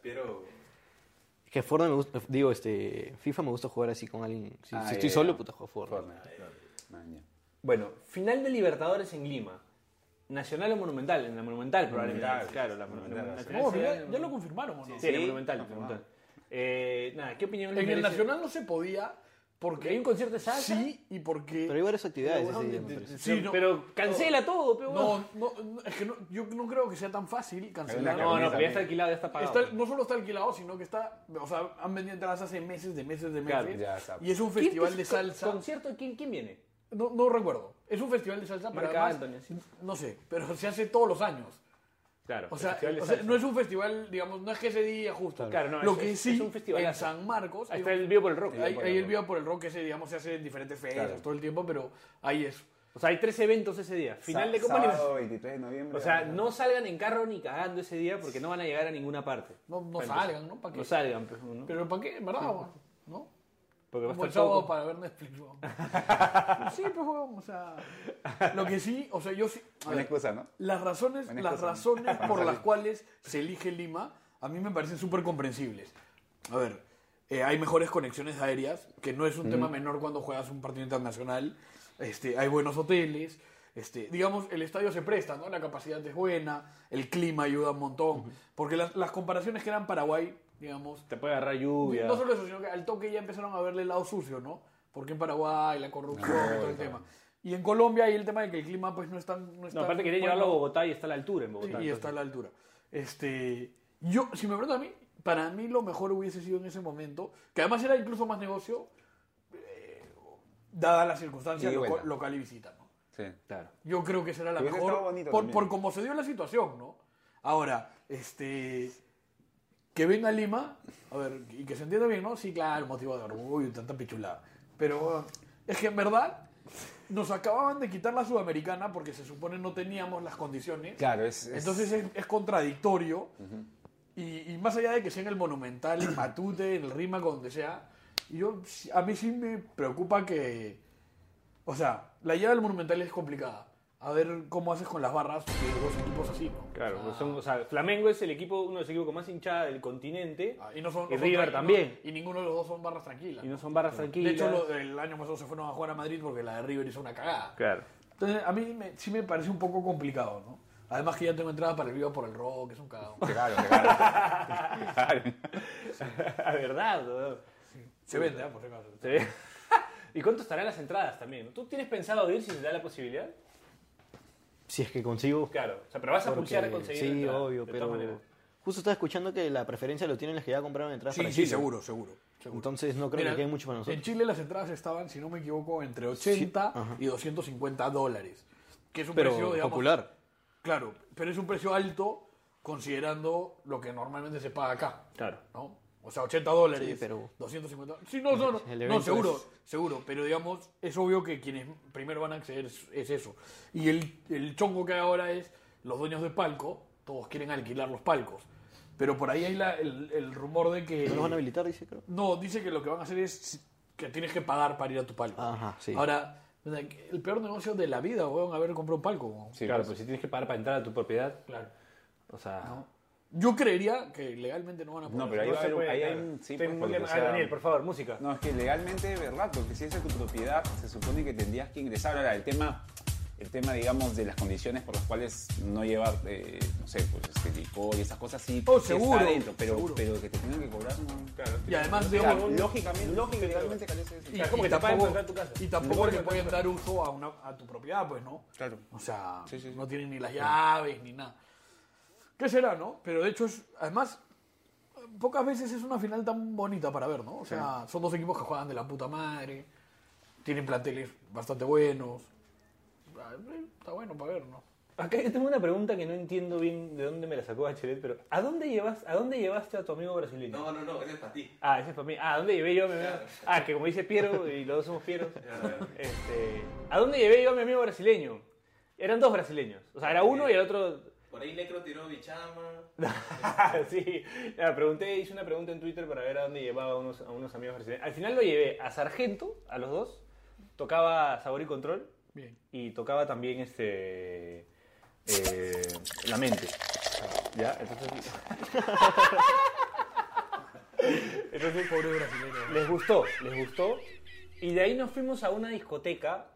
Speaker 7: Piero.
Speaker 5: Es que Fortnite me gusta, digo, este, FIFA me gusta jugar así con alguien. Si,
Speaker 6: Ah,
Speaker 5: si
Speaker 6: ya,
Speaker 5: estoy
Speaker 6: ya.
Speaker 5: solo, puta, juego Fortnite.
Speaker 3: Bueno, final de Libertadores en Lima. Nacional o Monumental, en la Monumental probablemente. claro, la Monumental. Nacional
Speaker 4: No,
Speaker 3: sí,
Speaker 4: ya,
Speaker 3: la-
Speaker 4: ya lo confirmaron, ¿o no?
Speaker 3: Sí, la Monumental, la Monumental. Eh, nada, ¿qué opinión les
Speaker 4: En el
Speaker 3: merece?
Speaker 4: Nacional no se podía porque
Speaker 3: ¿Hay un concierto de salsa?
Speaker 4: Sí, y porque.
Speaker 5: Pero hay varias actividades ese día, me
Speaker 4: Pero,
Speaker 5: parece.
Speaker 4: sí, no,
Speaker 3: Pero cancela todo, pero
Speaker 4: no, no, no, es que no, yo no creo que sea tan fácil
Speaker 3: no,
Speaker 4: cancelar.
Speaker 6: Carmen
Speaker 3: no, pero ya
Speaker 6: también.
Speaker 3: está alquilado, ya está pagado.
Speaker 4: Está- no solo está alquilado, sino que está. O sea, han vendido entradas hace meses, de meses, de meses.
Speaker 3: Claro,
Speaker 6: ya está.
Speaker 4: y es un
Speaker 3: ¿Quién-
Speaker 4: festival
Speaker 3: qué-
Speaker 4: de
Speaker 3: con-
Speaker 4: salsa.
Speaker 3: ¿Concierto? ¿Quién, quién viene?
Speaker 4: No, no recuerdo. Es un festival de salsa, pero
Speaker 3: Marca
Speaker 4: además,
Speaker 3: Antonio, sí.
Speaker 4: no sé, pero se hace todos los años.
Speaker 3: Claro,
Speaker 4: O sea,
Speaker 3: festival de
Speaker 4: o sea,
Speaker 3: salsa.
Speaker 4: no es un festival, digamos, no es que ese día justo.
Speaker 3: Claro, no,
Speaker 4: Lo
Speaker 3: es-
Speaker 4: que
Speaker 3: es-
Speaker 4: sí,
Speaker 3: es un festival.
Speaker 4: en San Marcos,
Speaker 3: Ahí
Speaker 4: hay
Speaker 3: está
Speaker 4: un-
Speaker 3: el vivo por el rock.
Speaker 4: hay, hay el Viva por el Rock, ese, digamos, se hace en diferentes ferias todo el tiempo, pero hay eso.
Speaker 3: O sea, hay tres eventos ese día. Final de Copa
Speaker 6: Sábado
Speaker 3: Libertadores.
Speaker 6: 23 de noviembre.
Speaker 3: O sea, no salgan en carro ni cagando ese día porque no van a llegar a ninguna parte.
Speaker 4: No, no salgan, ¿no? ¿Para qué?
Speaker 3: No salgan, pues, ¿no?
Speaker 4: Pero ¿para qué? En verdad, weón, ¿no?
Speaker 3: porque va a
Speaker 4: Como el
Speaker 3: estar
Speaker 4: sábado
Speaker 3: todo...
Speaker 4: para ver Netflix, weón. Sí, pues, weón, o sea... Lo que sí, o sea, yo sí... a
Speaker 6: Una
Speaker 4: ver,
Speaker 6: excusa, ¿no?
Speaker 4: Las razones,
Speaker 6: Buena
Speaker 4: las
Speaker 6: excusa.
Speaker 4: razones
Speaker 6: Para
Speaker 4: por
Speaker 6: salir.
Speaker 4: las cuales se elige Lima a mí me parecen súper comprensibles. A ver, eh, hay mejores conexiones aéreas, que no es un tema menor cuando juegas un partido internacional. Este, hay buenos hoteles. Este, digamos, el estadio se presta, ¿no? La capacidad es buena, el clima ayuda un montón. Porque las, las comparaciones que eran Paraguay, digamos,
Speaker 3: Te puede agarrar lluvia.
Speaker 4: no solo eso, sino que al toque ya empezaron a verle el lado sucio, ¿no? Porque en Paraguay, la corrupción,
Speaker 3: Ah,
Speaker 4: y todo el tema. Y en Colombia hay el tema de que el clima pues no es tan... No, es
Speaker 3: No,
Speaker 4: tan
Speaker 3: aparte quería
Speaker 4: bueno.
Speaker 3: llevarlo a Bogotá y está a la altura en
Speaker 4: Sí,
Speaker 3: Bogotá.
Speaker 4: y está a la altura. Este, yo, si me preguntas a mí, para mí lo mejor hubiese sido en ese momento, que además era incluso más negocio, eh, dadas las circunstancias
Speaker 6: Sí,
Speaker 4: loco-
Speaker 6: bueno.
Speaker 4: local y visita, ¿no?
Speaker 6: Sí.
Speaker 3: Claro.
Speaker 4: Yo creo que será la
Speaker 6: Hubiese
Speaker 4: mejor
Speaker 6: estado bonito
Speaker 4: por,
Speaker 6: también.
Speaker 4: por cómo se dio la situación, ¿no? Ahora, este que venga Lima, a ver, y que se entienda bien, ¿no? Sí, claro, motivo de orgullo y tanta pichulada. Pero es que en verdad nos acababan de quitar la sudamericana porque se supone no teníamos las condiciones.
Speaker 6: Claro, es. es-
Speaker 4: Entonces es, es contradictorio. y, y más allá de que sea en el Monumental, en Matute, en el Rima, donde sea, yo, sí- a mí sí me preocupa que. O sea, la llave del Monumental es complicada. A ver cómo haces con las barras de dos equipos así, ¿no?
Speaker 3: Claro, pues son, o sea, Flamengo es el equipo, uno de los equipos con más hinchada del continente.
Speaker 4: Ah, Y, no son, no
Speaker 3: Y
Speaker 4: son
Speaker 3: River
Speaker 4: tra-
Speaker 3: también.
Speaker 4: Y ninguno de los dos son barras tranquilas.
Speaker 3: Y no son barras
Speaker 4: de
Speaker 3: tranquilas.
Speaker 4: hecho, lo- el año pasado se fueron a jugar a Madrid porque la de River hizo una cagada.
Speaker 3: Claro.
Speaker 4: Entonces, a mí me- sí me parece un poco complicado, ¿no? Además que ya tengo entrada para el Viva por el Rock, que es un cagado.
Speaker 6: Claro, claro. claro.
Speaker 3: La verdad, weón.
Speaker 4: Se vende, ¿ah? por si acaso.
Speaker 3: Se ve. ¿Y cuánto estarán las entradas también? ¿Tú tienes pensado ir si se da la posibilidad?
Speaker 5: Si es que consigo.
Speaker 3: Claro. O sea, pero vas a
Speaker 5: porque-
Speaker 3: pulsar a conseguir
Speaker 5: Sí,
Speaker 3: la entrada, de
Speaker 5: obvio,
Speaker 3: todas
Speaker 5: pero.
Speaker 3: maneras.
Speaker 5: Justo estaba escuchando que la preferencia lo tienen los que ya compraron entradas
Speaker 4: Sí,
Speaker 5: para
Speaker 4: sí,
Speaker 5: Chile.
Speaker 4: seguro, seguro. seguro.
Speaker 5: Entonces no creo
Speaker 4: Mira,
Speaker 5: que quede mucho para nosotros.
Speaker 4: En Chile las entradas estaban, si no me equivoco, entre 80 y 250 dólares. Que es un
Speaker 5: Pero
Speaker 4: precio, digamos,
Speaker 5: popular.
Speaker 4: Claro, pero es un precio alto considerando lo que normalmente se paga acá.
Speaker 3: Claro.
Speaker 4: ¿no? O sea, 80 dólares,
Speaker 5: Sí, pero-
Speaker 4: 250 Sí, no, no, no,
Speaker 5: El
Speaker 4: no,
Speaker 5: evento
Speaker 4: seguro,
Speaker 5: es-
Speaker 4: seguro. Pero digamos, es obvio que quienes primero van a acceder es, es eso. Y el, el chongo que hay ahora es los dueños de palco, todos quieren alquilar los palcos. Pero por ahí hay la- el, el rumor de que...
Speaker 5: No los van a habilitar, dice, creo.
Speaker 4: No, dice que lo que van a hacer es si- que tienes que pagar para ir a tu palco.
Speaker 5: Ajá, sí.
Speaker 4: Ahora, o sea, que el peor negocio de la vida, weón, haber comprado un palco. weón.
Speaker 3: claro, pero si tienes que pagar para entrar a tu propiedad,
Speaker 4: Claro.
Speaker 3: o sea...
Speaker 4: Yo creería que legalmente no van a poder.
Speaker 6: No, pero ahí
Speaker 4: hacerlo.
Speaker 6: va a haber un. Ahí hay un. Sí, pues, porque, o sea,
Speaker 3: Daniel, por favor, música.
Speaker 6: No, es que legalmente es verdad, porque si esa es tu propiedad, se supone que tendrías que ingresar. Ahora, el tema, el tema digamos, de las condiciones por las cuales no llevar, eh, no sé, pues este licor y esas cosas, sí,
Speaker 4: Oh,
Speaker 6: sí
Speaker 4: seguro,
Speaker 6: está dentro, pero,
Speaker 4: seguro.
Speaker 6: pero que te tengan que cobrar, no. Claro.
Speaker 4: Y además,
Speaker 6: O sea,
Speaker 4: digamos,
Speaker 6: lógicamente, lógicamente, legalmente carece de
Speaker 4: y,
Speaker 6: sentido.
Speaker 4: y
Speaker 3: como que te pueden
Speaker 4: tampoco,
Speaker 3: comprar tu casa.
Speaker 4: y tampoco le pueden dar uso a, una, a tu propiedad, pues, ¿no?
Speaker 6: Claro.
Speaker 4: O sea,
Speaker 6: Sí, sí, sí.
Speaker 4: no tienen ni las llaves ni nada. ¿Qué será, no? Pero de hecho, es, además, pocas veces es una final tan bonita para ver, ¿no? O sea, son dos equipos que juegan de la puta madre, tienen planteles bastante buenos. Ah, eh, Está bueno para ver, ¿no?
Speaker 3: Acá yo tengo una pregunta que no entiendo bien de dónde me la sacó Bachelet, pero ¿a dónde, llevas, ¿a dónde llevaste a tu amigo brasileño?
Speaker 7: No, no, no, ese es para ti.
Speaker 3: Ah, ese es para mí. Ah, ¿a dónde llevé yo a mi amigo? Ah, que como dice Piero, y los dos somos Pieros. Este, ¿A dónde llevé yo a mi amigo brasileño? Eran dos brasileños. O sea, era uno y el otro...
Speaker 7: Por ahí Necro tiró bichama.
Speaker 3: sí, la pregunté, hice una pregunta en Twitter para ver a dónde llevaba a unos, a unos amigos brasileños. Al final lo llevé a Sargento, a los dos. Tocaba Sabor y Control
Speaker 4: Bien.
Speaker 3: y tocaba también este... eh, la mente. ¿Ya? Entonces... Entonces,
Speaker 4: Pobre brasileño.
Speaker 3: les gustó, les gustó. Y de ahí nos fuimos a una discoteca,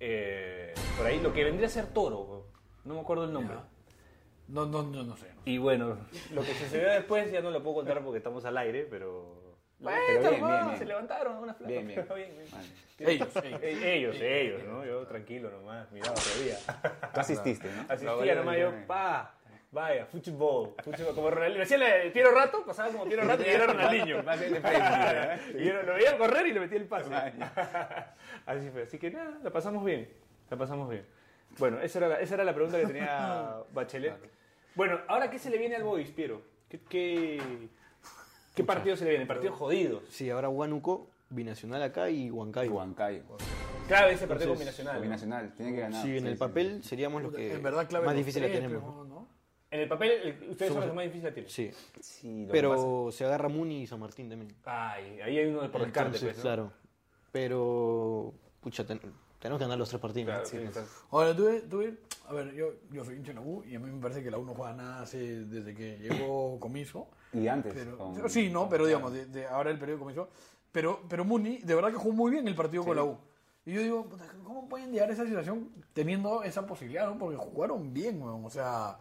Speaker 3: eh, por ahí, lo que vendría a ser Toro, weón. no me acuerdo el nombre.
Speaker 4: Ya. No, no, no, no sé.
Speaker 3: Y bueno, lo que sucedió después ya no lo puedo contar porque estamos al aire, pero...
Speaker 6: Pero bien, bien,
Speaker 3: Se
Speaker 6: bien.
Speaker 3: levantaron unas flacas.
Speaker 6: Bien, bien. Vale.
Speaker 4: Ellos, ellos.
Speaker 3: Eh, Ellos, ellos, ¿no? Yo tranquilo nomás, miraba todavía.
Speaker 6: Tú asististe, ¿no?
Speaker 3: Asistía nomás yo, pa, vaya, fútbol, fútbol, como Ronaldinho. Hacía la de Piero Rato, pasaba como Piero Rato y era Ronaldinho.
Speaker 5: ¿eh?
Speaker 3: y yo lo veía correr y le metía el pase. Así fue, así que nada, la pasamos bien, la pasamos bien. Bueno, esa era la, esa era la pregunta que tenía Bachelet. Bueno, ahora, ¿qué se le viene al Boys, Piero? ¿Qué, qué, qué partido se le viene? Partidos jodidos.
Speaker 5: Sí, ahora Huánuco, Binacional acá y Huancayo.
Speaker 6: Huancayo.
Speaker 3: Clave ese partido
Speaker 5: Entonces,
Speaker 3: combinacional. ¿no?
Speaker 6: Binacional, tiene que ganar.
Speaker 5: Sí, en
Speaker 6: Sí,
Speaker 5: el
Speaker 6: sí,
Speaker 5: papel seríamos los que
Speaker 4: En verdad, clave
Speaker 5: más
Speaker 4: los
Speaker 5: difícil la
Speaker 4: tres,
Speaker 5: tenemos.
Speaker 4: pero
Speaker 5: ¿no?
Speaker 4: ¿no?
Speaker 3: En el papel, el- ustedes son
Speaker 5: Somos-
Speaker 3: los que más difíciles la tienen.
Speaker 5: Sí,
Speaker 6: sí. Sí, lo que pasa-
Speaker 5: pero se agarra Muni y San Martín también.
Speaker 3: Ay, ahí hay uno de por descarte,
Speaker 5: Entonces,
Speaker 3: pues, ¿no?
Speaker 5: Claro. Pero, pucha, ten- tenemos que ganar los tres partidos.
Speaker 3: Claro,
Speaker 5: Sí.
Speaker 3: sí, entonces-
Speaker 4: Ahora, tú, ves- tú ves- a ver, yo, yo soy hincha de la U y a mí me parece que la U no juega nada hace- desde que llegó Comiso.
Speaker 6: Y antes.
Speaker 4: Pero-
Speaker 6: con-
Speaker 4: pero sí, no, pero digamos, de, de ahora el periodo comenzó. Pero, pero Muni, de verdad que jugó muy bien el partido con la U. Y yo digo, puta, ¿cómo pueden llegar a esa situación teniendo esa posibilidad? ¿no? Porque jugaron bien, weón. O sea,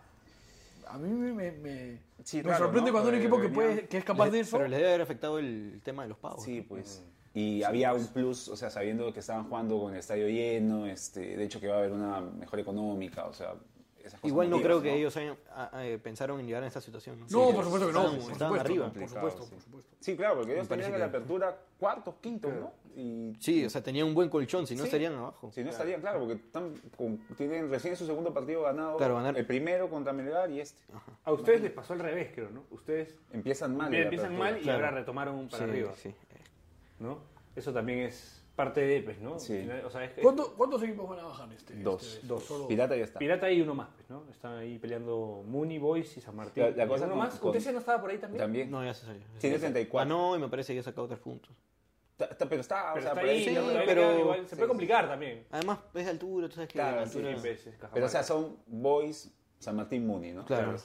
Speaker 4: a mí me, me- me-
Speaker 6: Sí,
Speaker 4: me
Speaker 6: raro,
Speaker 4: sorprende
Speaker 6: ¿no?
Speaker 4: cuando un
Speaker 6: Porque
Speaker 4: equipo que,
Speaker 6: venía-
Speaker 4: puede, que es capaz
Speaker 5: Le-
Speaker 4: de eso.
Speaker 5: Pero les debe haber afectado el tema de los pagos.
Speaker 6: Sí, pues. Y había un plus, o sea, sabiendo que estaban jugando con el estadio lleno, este, de hecho que va a haber una mejor económica, o sea,
Speaker 3: Pues
Speaker 6: esas cosas
Speaker 5: Igual no
Speaker 6: motivas,
Speaker 5: creo que ellos hayan, a- a- eh, pensaron en llegar a esta situación.
Speaker 4: No, por supuesto que no.
Speaker 5: Estaban,
Speaker 4: por
Speaker 5: estaban
Speaker 4: supuesto,
Speaker 5: arriba.
Speaker 4: Por
Speaker 6: Complicado,
Speaker 4: supuesto,
Speaker 6: sí.
Speaker 4: por supuesto.
Speaker 6: Sí, claro, porque ellos
Speaker 5: parece
Speaker 6: tenían
Speaker 5: que-
Speaker 6: la apertura cuartos, quintos, ¿no? Y
Speaker 5: Sí, o sea, tenían un buen colchón, si no
Speaker 6: Sí.
Speaker 5: estarían abajo.
Speaker 6: si no estarían, claro, porque están con- tienen recién su segundo partido ganado,
Speaker 5: Claro, ganar-
Speaker 6: el primero contra Melgar y este.
Speaker 3: A ustedes les pasó al revés, creo, ¿no? Ustedes
Speaker 6: Empiezan mal. la
Speaker 3: empiezan
Speaker 6: apertura.
Speaker 3: mal y
Speaker 5: claro.
Speaker 3: ahora retomaron para
Speaker 5: Sí,
Speaker 3: arriba,
Speaker 5: sí.
Speaker 3: ¿no? Eso también es parte de pues, ¿no?
Speaker 6: Sí.
Speaker 3: Al final, O sea, es que
Speaker 4: ¿Cuánto- ¿Cuántos equipos van a bajar este?
Speaker 6: Dos.
Speaker 4: este-
Speaker 3: Dos.
Speaker 4: solo-
Speaker 6: Pirata ya está.
Speaker 3: Pirata y uno más, pues, ¿no? Están ahí peleando Mooney, Boys y San Martín.
Speaker 6: La- la
Speaker 3: ¿Y
Speaker 6: cosa
Speaker 3: uno
Speaker 6: con-
Speaker 3: más?
Speaker 6: con-
Speaker 3: ¿Usted ya no estaba por ahí también?
Speaker 6: También.
Speaker 5: No, ya se salió.
Speaker 6: Tiene
Speaker 5: Ah,
Speaker 6: 34.
Speaker 5: no, y me parece que ya sacado tres puntos.
Speaker 6: Está- está- pero está,
Speaker 3: Pero
Speaker 6: o sea,
Speaker 3: está
Speaker 6: por ahí
Speaker 3: ahí,
Speaker 5: sí,
Speaker 3: ¿no? Todavía
Speaker 5: pero-
Speaker 3: queda igual. Se puede complicar también.
Speaker 5: Además, es de altura, tú sabes que
Speaker 6: Claro,
Speaker 5: la
Speaker 6: sí,
Speaker 5: altura...
Speaker 3: Tres veces, Cajamarca.
Speaker 6: Pero, o sea, son Boys, San Martín Muni, ¿no?
Speaker 5: Claro.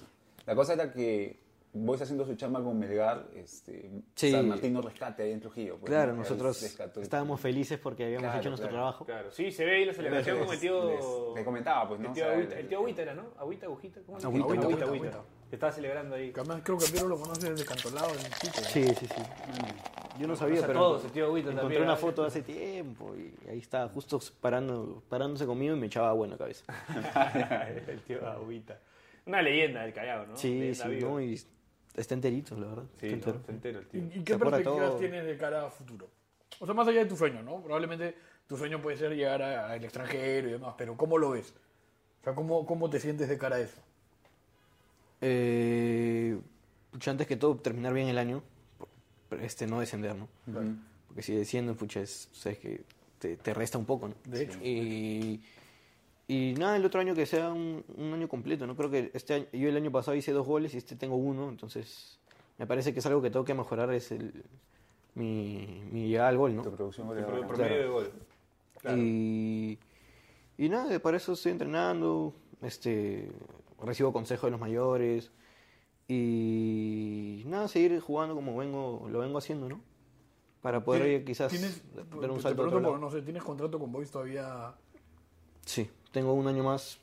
Speaker 6: La cosa era que Boys haciendo su chamba con Melgar, este,
Speaker 5: Sí.
Speaker 6: San Martín no rescate ahí en Trujillo. pues,
Speaker 5: Claro,
Speaker 6: ¿no?
Speaker 5: nosotros
Speaker 6: Ahí rescató el-
Speaker 5: estábamos felices porque habíamos
Speaker 6: Claro,
Speaker 5: hecho nuestro
Speaker 6: claro.
Speaker 5: trabajo.
Speaker 3: Claro, sí, se ve ahí la celebración
Speaker 6: Les-
Speaker 3: con el tío...
Speaker 6: les- les comentaba, pues, ¿no?
Speaker 3: El tío
Speaker 6: O sea,
Speaker 3: Agüita,
Speaker 6: el-
Speaker 3: el tío Agüita era, ¿no? Agüita, Agujita, ¿cómo era?
Speaker 5: Agüita,
Speaker 3: Agüita,
Speaker 4: Agüita,
Speaker 3: Agüita. Que estaba celebrando ahí.
Speaker 4: Que además creo que Piero lo conoce desde Cantolao, en Quito.
Speaker 5: Sí, sí, sí. Yo no sabía,
Speaker 3: Pasa
Speaker 5: pero
Speaker 3: todos, el tío Agüita
Speaker 5: encontré
Speaker 3: también,
Speaker 5: una
Speaker 3: ¿eh?
Speaker 5: foto hace tiempo y ahí estaba justo parando, parándose conmigo y me echaba agua en la cabeza.
Speaker 3: el tío Agüita. Una leyenda del Callao, ¿no?
Speaker 5: Sí,
Speaker 3: Leyenda
Speaker 5: sí,
Speaker 3: viva.
Speaker 5: no, y está enterito, la verdad.
Speaker 3: Sí,
Speaker 5: Está
Speaker 3: no,
Speaker 5: entero.
Speaker 3: está entero el tío.
Speaker 4: ¿Y, y qué
Speaker 5: Se acuerda
Speaker 4: perspectivas
Speaker 5: todo.
Speaker 4: tienes de cara a futuro? O sea, más allá de tu sueño, ¿no? Probablemente tu sueño puede ser llegar a- al extranjero y demás, pero ¿cómo lo ves? O sea, ¿cómo, cómo te sientes de cara a eso?
Speaker 5: Eh, pucha, antes que todo, terminar bien el año, por- por este, no descender, ¿no? Porque si descienden, pucha, es, sabes que te, te resta un poco, ¿no?
Speaker 4: De hecho.
Speaker 5: Y, y nada, el otro año que sea un, un año completo, ¿no? Creo que este año- yo el año pasado hice dos goles y este tengo uno, entonces me parece que es algo que tengo que mejorar, es el, mi, mi llegada al gol, ¿no?
Speaker 6: Tu producción
Speaker 3: Por-
Speaker 6: goleadora.
Speaker 3: por
Speaker 5: Claro.
Speaker 3: medio de gol. Claro.
Speaker 5: Y, y nada, para eso estoy entrenando, este, recibo consejos de los mayores y nada, seguir jugando como vengo, lo vengo haciendo, ¿no? Para poder
Speaker 4: ¿Tienes-
Speaker 5: oye, quizás
Speaker 4: tienes-
Speaker 5: dar un
Speaker 4: te
Speaker 5: salto a
Speaker 4: pregunto
Speaker 5: otro
Speaker 4: por-
Speaker 5: lado.
Speaker 4: No sé, ¿tienes contrato con Boys todavía?
Speaker 5: Sí, tengo un año más,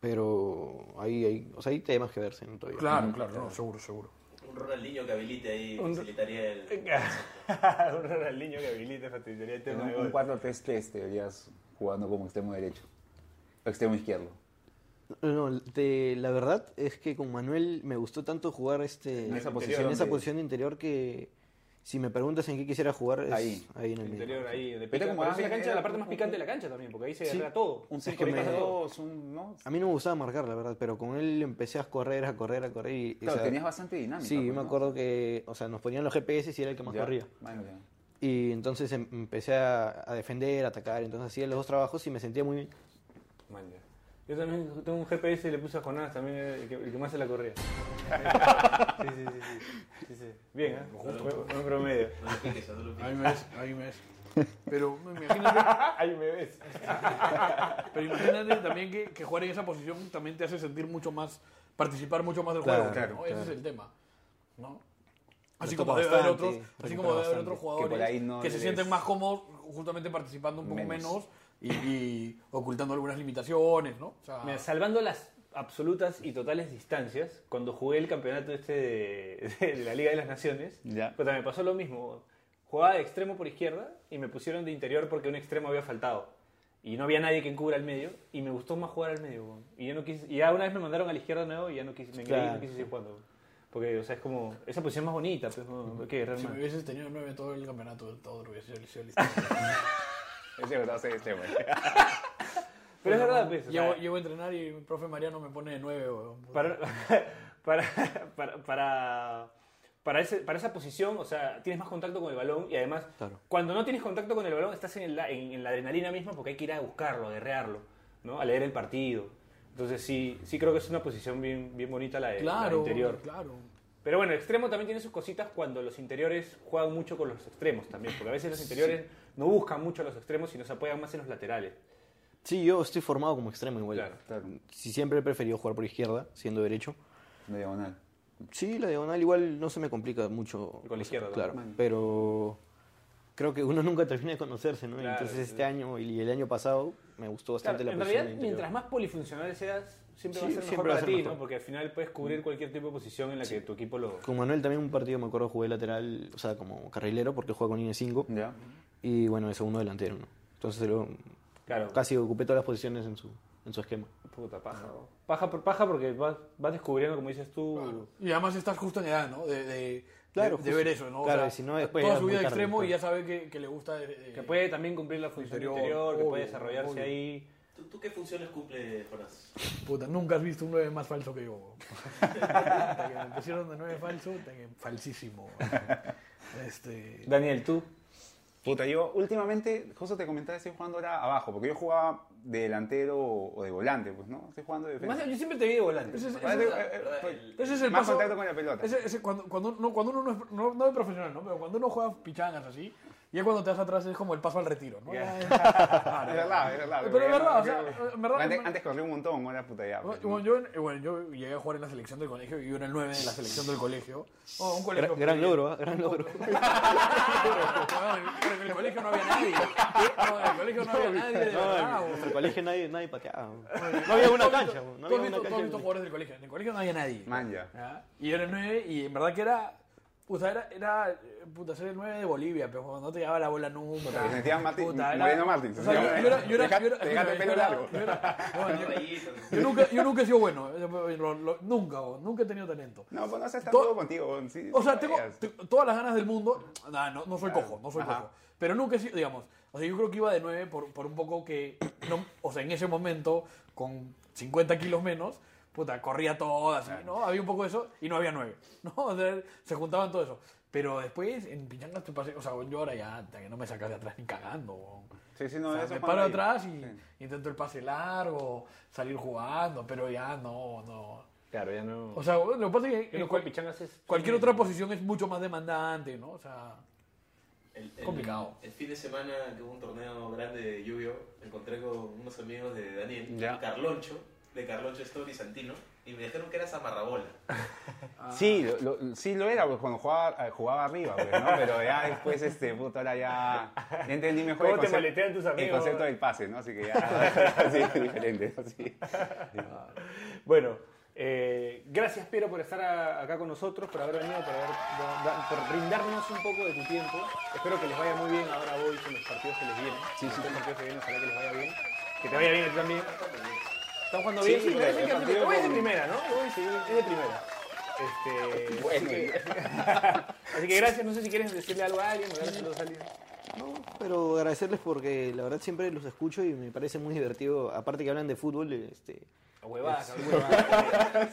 Speaker 5: pero ahí, ahí, o sea, hay temas que verse ¿no? todavía.
Speaker 4: Claro, claro, no, seguro, seguro.
Speaker 7: Un Ronaldinho que habilite ahí,
Speaker 3: Un-
Speaker 7: facilitaría el...
Speaker 3: un Ronaldinho que habilita facilitaría el
Speaker 6: En
Speaker 3: tema de
Speaker 6: un
Speaker 3: gol.
Speaker 6: 4-3-3 te verías jugando como extremo derecho. O extremo izquierdo.
Speaker 5: No, no, de- la verdad es que con Manuel me gustó tanto jugar este,
Speaker 6: En esa
Speaker 5: en
Speaker 6: posición
Speaker 5: esa
Speaker 6: de-
Speaker 5: posición de interior que si me preguntas en qué quisiera jugar es
Speaker 6: Ahí.
Speaker 5: en el medio.
Speaker 3: interior ahí, donde
Speaker 6: Pero
Speaker 3: pica-
Speaker 6: como
Speaker 3: por eso
Speaker 6: antes
Speaker 3: la cancha es
Speaker 6: era
Speaker 3: la parte más
Speaker 6: un-
Speaker 3: picante de la cancha también, porque ahí se
Speaker 5: Sí.
Speaker 3: agarra todo.
Speaker 6: Un
Speaker 5: Es que
Speaker 6: 5
Speaker 5: me-
Speaker 6: dos, un... ¿no?
Speaker 5: A mí no me gustaba marcar, la verdad, pero con él empecé a correr, a correr, a correr y... y, o
Speaker 6: Claro,
Speaker 5: sea,
Speaker 6: tenías bastante dinámica.
Speaker 5: Sí,
Speaker 6: pues,
Speaker 5: yo
Speaker 6: ¿no?
Speaker 5: me acuerdo que, o sea, nos ponían los GPS y era el que más
Speaker 6: Ya.
Speaker 5: corría.
Speaker 6: Bueno, ya.
Speaker 5: Y entonces em- empecé a, a defender, a atacar, entonces hacía los dos trabajos y me sentía muy bien.
Speaker 3: Man, ya. Yo también tengo un GPS y le puse a Jonás también, eh, el que, el que más se la corría. Sí, sí, sí. sí. Sí, sí. Bien, ¿eh? Buen- Buen promedio.
Speaker 7: No lo piques, no lo piques.
Speaker 4: Ahí me ves, ahí me ves. Pero me- imagínate,
Speaker 3: Ah, Ahí me ves.
Speaker 4: pero imagínate también que, que jugar en esa posición también te hace sentir mucho más, participar mucho más del juego.
Speaker 5: Claro,
Speaker 4: ¿no?
Speaker 5: claro.
Speaker 4: Ese es el tema. ¿no?
Speaker 5: Me
Speaker 4: Así
Speaker 5: toca
Speaker 4: como debe haber
Speaker 5: bastante,
Speaker 4: otros,
Speaker 5: me
Speaker 4: así
Speaker 5: toca
Speaker 4: como debe haber
Speaker 5: bastante.
Speaker 4: otros
Speaker 5: Que
Speaker 6: por
Speaker 4: jugadores que,
Speaker 6: ahí no
Speaker 4: se
Speaker 6: les-
Speaker 4: sienten más cómodos justamente participando un poco menos,
Speaker 6: Menos.
Speaker 4: y, y ocultando algunas limitaciones, ¿no? O sea,
Speaker 3: Mira, salvando las absolutas y totales distancias, cuando jugué el campeonato este de, de la Liga de las Naciones,
Speaker 6: Ya.
Speaker 3: pues me pasó lo mismo. Jugaba de extremo por izquierda y me pusieron de interior porque un extremo había faltado. Y no había nadie que cubra al medio y me gustó más jugar al medio. weón. Y, yo no quise, y ya una vez me mandaron a la izquierda de nuevo y ya no quise, me engreí y
Speaker 5: Claro.
Speaker 3: no quise seguir jugando. weón. Porque, o sea, es como... Esa posición es más bonita, pues, weón, hay que agarrar
Speaker 4: si
Speaker 3: más.
Speaker 4: me hubieses tenido nueve todo el campeonato, todo lo hubiese sido listo.
Speaker 6: Ese verdad este, es extremo.
Speaker 3: Pero es verdad, pues. o sea,
Speaker 4: Llevo, llevo a entrenar y mi profe Mariano me pone de nueve, weón.
Speaker 3: para, para, para, para, para, ese, para esa posición, o sea, tienes más contacto con el balón y además,
Speaker 5: Claro.
Speaker 3: cuando no tienes contacto con el balón, estás en, la- en- en la adrenalina misma porque hay que ir a buscarlo, a guerrearlo, ¿no? A leer el partido. Entonces sí, sí creo que es una posición bien, bien bonita la de la de
Speaker 4: Claro,
Speaker 3: interior.
Speaker 4: claro.
Speaker 3: Pero bueno, el extremo también tiene sus cositas cuando los interiores juegan mucho con los extremos también, porque a veces los interiores no buscan mucho a los extremos, sino se apoyan más en los laterales.
Speaker 5: Sí, yo estoy formado como extremo igual.
Speaker 3: Claro,
Speaker 6: claro.
Speaker 5: Si siempre he preferido jugar por izquierda, siendo derecho.
Speaker 6: De diagonal.
Speaker 5: Sí, la diagonal igual no se me complica mucho.
Speaker 3: Con la izquierda, ¿no?
Speaker 5: Claro, pero creo que uno nunca termina de conocerse, ¿no?
Speaker 3: Claro,
Speaker 5: Entonces
Speaker 3: sí.
Speaker 5: este año y el año pasado me gustó
Speaker 3: Claro,
Speaker 5: bastante
Speaker 3: en
Speaker 5: la
Speaker 3: realidad,
Speaker 5: posición de
Speaker 3: mientras
Speaker 5: interior.
Speaker 3: más polifuncional seas, siempre
Speaker 5: Sí,
Speaker 3: va a ser mejor
Speaker 5: siempre va a
Speaker 3: para
Speaker 5: ser
Speaker 3: ti,
Speaker 5: mejor. Mm.
Speaker 3: ¿no? Porque al final puedes cubrir cualquier tipo de posición en la que tu equipo lo...
Speaker 5: Con Manuel también un partido, me acuerdo, jugué lateral, o sea, como carrilero, porque juega con INE 5
Speaker 6: ¿Ya?
Speaker 5: y bueno, de segundo delantero, ¿no? Entonces lo-
Speaker 3: Claro,
Speaker 5: casi ocupé todas las posiciones en su, en su esquema.
Speaker 3: puta paja. ¿no? Paja por paja porque vas, vas descubriendo, como dices tú...
Speaker 4: Y además estás justo en edad, ¿no? De, de,
Speaker 5: Claro,
Speaker 4: de- de
Speaker 5: justo.
Speaker 4: ver eso, ¿no?
Speaker 5: Claro, y si no, después
Speaker 4: toda
Speaker 5: ya
Speaker 4: su
Speaker 5: muy
Speaker 4: vida de
Speaker 5: tarde,
Speaker 4: extremo y ya
Speaker 5: claro.
Speaker 4: sabe que, que le gusta... eh,
Speaker 3: Que puede también cumplir la función interior,
Speaker 4: Interior,
Speaker 3: que puede
Speaker 4: obvio,
Speaker 3: desarrollarse
Speaker 4: obvio.
Speaker 3: ahí.
Speaker 7: ¿Tú, tú qué funciones cumple, Jonás?
Speaker 4: Puta, nunca has visto un 9 más falso que yo. Hasta que me pusieron de 9 falso, hasta que falsísimo. Este,
Speaker 3: Daniel, ¿tú?
Speaker 6: Puta, yo últimamente, justo te comentaba, estoy jugando ahora abajo, porque yo jugaba de delantero o de volante, pues, ¿no? Estoy jugando de defensa.
Speaker 3: Más- yo siempre te vi de volante.
Speaker 4: ese, es- ese
Speaker 6: Más-
Speaker 4: es-
Speaker 6: eh, eh, pues,
Speaker 4: ese es el
Speaker 6: más
Speaker 4: paso-
Speaker 6: contacto con la pelota.
Speaker 4: ese- ese cuando, cuando, no, cuando uno no es, no, no es profesional, ¿no? Pero cuando uno juega pichangas así, ya cuando te vas atrás es como el paso al retiro, ¿no?
Speaker 6: Ya.
Speaker 4: Ya, ya.
Speaker 6: Ah, es verdad, es verdad.
Speaker 4: Pero es
Speaker 6: porque-
Speaker 4: verdad, o sea,
Speaker 6: porque-
Speaker 4: en verdad-
Speaker 6: Antes, antes corrí un montón, ahora puta ya. pues,
Speaker 4: Bueno, yo, en- eh, bueno, yo llegué a jugar en la selección del colegio y yo era el 9 de la selección del colegio. Oh, un colegio
Speaker 5: Gran, gran
Speaker 4: que-
Speaker 5: logro, ¿ah? Gran logro.
Speaker 4: Bueno, pero en el colegio no había nadie. No, en el colegio no había nadie, de verdad.
Speaker 5: en
Speaker 4: güey.
Speaker 5: nuestro colegio nadie, nadie pateaba. No había una cancha, güey, no
Speaker 4: ¿Tú
Speaker 5: había
Speaker 4: has visto, tú
Speaker 5: una
Speaker 4: has visto
Speaker 5: cancha.
Speaker 4: jugadores del colegio? En el colegio no había nadie.
Speaker 6: Man, ya.
Speaker 4: ¿Ya? Y yo era el 9 y en verdad que era... Puta, era, era eh, puta, ser el 9 de Bolivia, pero cuando no te llegaba la bola nunca.
Speaker 6: Puta, te sentías Martín-
Speaker 4: era-
Speaker 6: Moreno Martín,
Speaker 4: O sea, yo- yo era- yo era- yo era-
Speaker 6: te dejaste
Speaker 4: yo
Speaker 6: pelo
Speaker 4: era-
Speaker 6: largo.
Speaker 4: yo era- bueno, yo-
Speaker 7: Rayitos.
Speaker 4: yo nunca, yo nunca he sido bueno. Lo- lo- nunca, güey, nunca he tenido talento.
Speaker 6: No, pues no seas tan
Speaker 4: To-
Speaker 6: todo contigo. sí,
Speaker 4: O sea, tengo,
Speaker 6: vayas.
Speaker 4: te- todas las ganas del mundo. Nah, no, no soy cojo, no soy cojo. Pero nunca he sido, digamos, o sea, yo creo que iba de 9 por, por un poco que, no- o sea, en ese momento, con 50 kilos menos, puta, corría todas, ¿no? Había un poco de eso y no había 9, ¿no? O sea, se juntaban todo eso. Pero después, en Pichangas, te pasé, o sea, yo ahora ya, hasta que no me sacas de atrás ni cagando, weón.
Speaker 6: Sí, sí, no,
Speaker 4: O sea,
Speaker 6: eso
Speaker 4: me
Speaker 6: cuando
Speaker 4: paro
Speaker 6: hay-
Speaker 4: atrás y
Speaker 6: sí.
Speaker 4: intento el pase largo, salir jugando, pero ya no, no.
Speaker 3: Claro, ya no...
Speaker 4: O sea, lo que pasa es
Speaker 5: Eh,
Speaker 4: que
Speaker 3: yo no juego pichangas es...
Speaker 4: Cualquier otra posición es mucho más demandante, ¿no? O sea,
Speaker 7: El, el-
Speaker 4: Complicado.
Speaker 7: El fin de semana que hubo un torneo grande de lluvia, me encontré con unos amigos de Daniel,
Speaker 6: Ya.
Speaker 7: Carloncho, de Carloncho Story Santino, y me dijeron que eras amarrabola.
Speaker 6: Sí, lo, lo- sí lo era, pues cuando jugaba, eh, jugaba arriba, pues, ¿no? Pero ya después, este, puta, ahora ya, ya entendí mejor
Speaker 3: ¿Cómo te maletean tus
Speaker 6: el
Speaker 3: amigos?
Speaker 6: concepto del pase, ¿no? Así que ya, sí, es diferente, ¿no? sí.
Speaker 3: Bueno, eh, gracias Piero por estar a- acá con nosotros, por haber venido, por, haber, da- da- por brindarnos un poco de tu tiempo. Espero que les vaya muy bien ahora hoy con los partidos que les vienen. Sí, sí, los partidos que vienen, ojalá que les vaya bien. Que te vaya bien a ti también. Están jugando bien.
Speaker 6: Sí, sí,
Speaker 3: Me parece
Speaker 6: el
Speaker 3: que-
Speaker 6: partido
Speaker 3: hoy es de
Speaker 6: con-
Speaker 3: primera, ¿no? Hoy sí, es de primera. Este, así, que, así que gracias. No sé si quieres decirle algo a alguien, mandarle saludos a alguien.
Speaker 5: No, pero agradecerles porque la verdad siempre los escucho y me parece muy divertido. Aparte que hablan de fútbol, este,
Speaker 3: A huevadas, a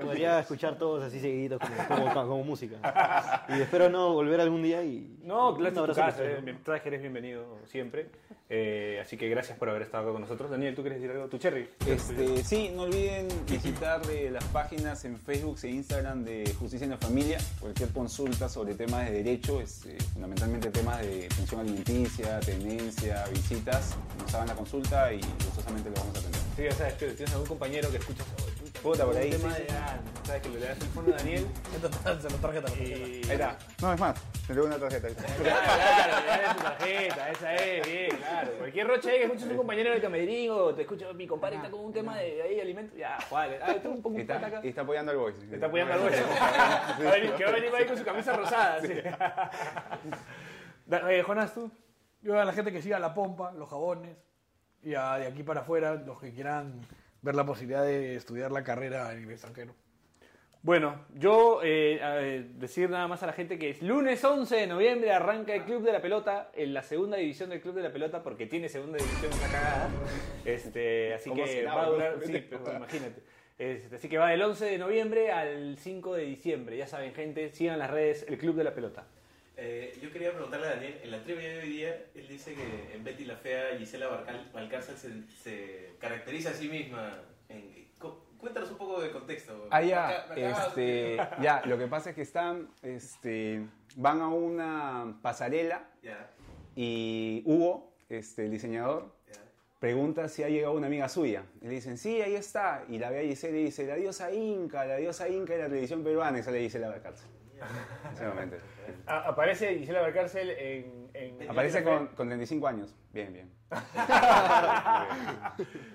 Speaker 5: podría escuchar todos así seguiditos como, como- como música. Y espero no volver algún día y
Speaker 3: No,
Speaker 5: un
Speaker 3: claro,
Speaker 5: abrazo a los tres, ¿no?
Speaker 3: traje eres bienvenido siempre. Eh, así que gracias por haber estado acá con nosotros. Daniel, ¿tú quieres decir algo? Tu cherry.
Speaker 6: Este, sí, no olviden visitar eh, las páginas en Facebook e Instagram de Justicia en la Familia. Cualquier consulta sobre temas de derecho, es, eh, fundamentalmente temas de pensión alimenticia, tenencia, visitas. Nos hagan la consulta y gustosamente lo vamos a atender.
Speaker 3: Sí, ya sabes, pero tienes algún compañero que escuchas.
Speaker 6: Puta, por ahí,
Speaker 3: Un tema
Speaker 6: sí,
Speaker 3: de
Speaker 6: sí.
Speaker 3: edad, Sabes que le das el fondo a Daniel.
Speaker 4: se lo tarjeta, lo tarjeta.
Speaker 3: Y...
Speaker 6: Ahí está. No, es más, te doy una tarjeta. ahí está.
Speaker 3: Claro, claro, ya es su tarjeta, esa es, bien, claro. Cualquier rocha ahí que escuches a un compañero del camerino, o te escucha mi compadre está con un tema de ahí, alimento, ya, juega. Ah, tú un poco
Speaker 6: Y
Speaker 3: un pata
Speaker 6: está,
Speaker 3: acá.
Speaker 6: y está apoyando al Boys.
Speaker 3: Está apoyando al Boys. Va a venir- Que va a venir ahí con su camisa rosada. sí. Da- eh, Jonas, tú.
Speaker 4: Yo a la gente que siga la pompa, los jabones, y a, de aquí para afuera, los que quieran ver la posibilidad de estudiar la carrera en el extranjero.
Speaker 3: Bueno, yo eh, a ver, decir nada más a la gente que es lunes 11 de noviembre arranca el Club de la Pelota en la segunda división del Club de la Pelota porque tiene segunda división una cagada. Este, así
Speaker 6: Como
Speaker 3: que
Speaker 6: si nada,
Speaker 3: va a
Speaker 6: ¿no?
Speaker 3: durar, sí, pero imagínate. Este, así que va del 11 de noviembre al 5 de diciembre. Ya saben, gente, sigan las redes, el Club de la Pelota.
Speaker 7: Eh, yo quería preguntarle a Daniel, en la trivia de hoy día, él dice que en Betty la Fea, Gisela Barcal- Valcárcel se, se caracteriza a sí misma. En- cu- cuéntanos un poco de contexto.
Speaker 6: Ah, ya,
Speaker 7: Me acaba- me acabas-
Speaker 6: este, ya, lo que pasa es que están, este, van a una pasarela
Speaker 7: Ya,
Speaker 6: y Hugo, este, el diseñador,
Speaker 7: ya.
Speaker 6: pregunta si ha llegado una amiga suya. Y le dicen, sí, ahí está. Y la ve a Gisela y dice, la diosa Inca, la diosa Inca de la televisión peruana. Y sale Gisela Valcárcel. Ese momento.
Speaker 3: aparece Gisela Barcárcel en, en-
Speaker 6: Aparece con, con 35 años. Bien, bien.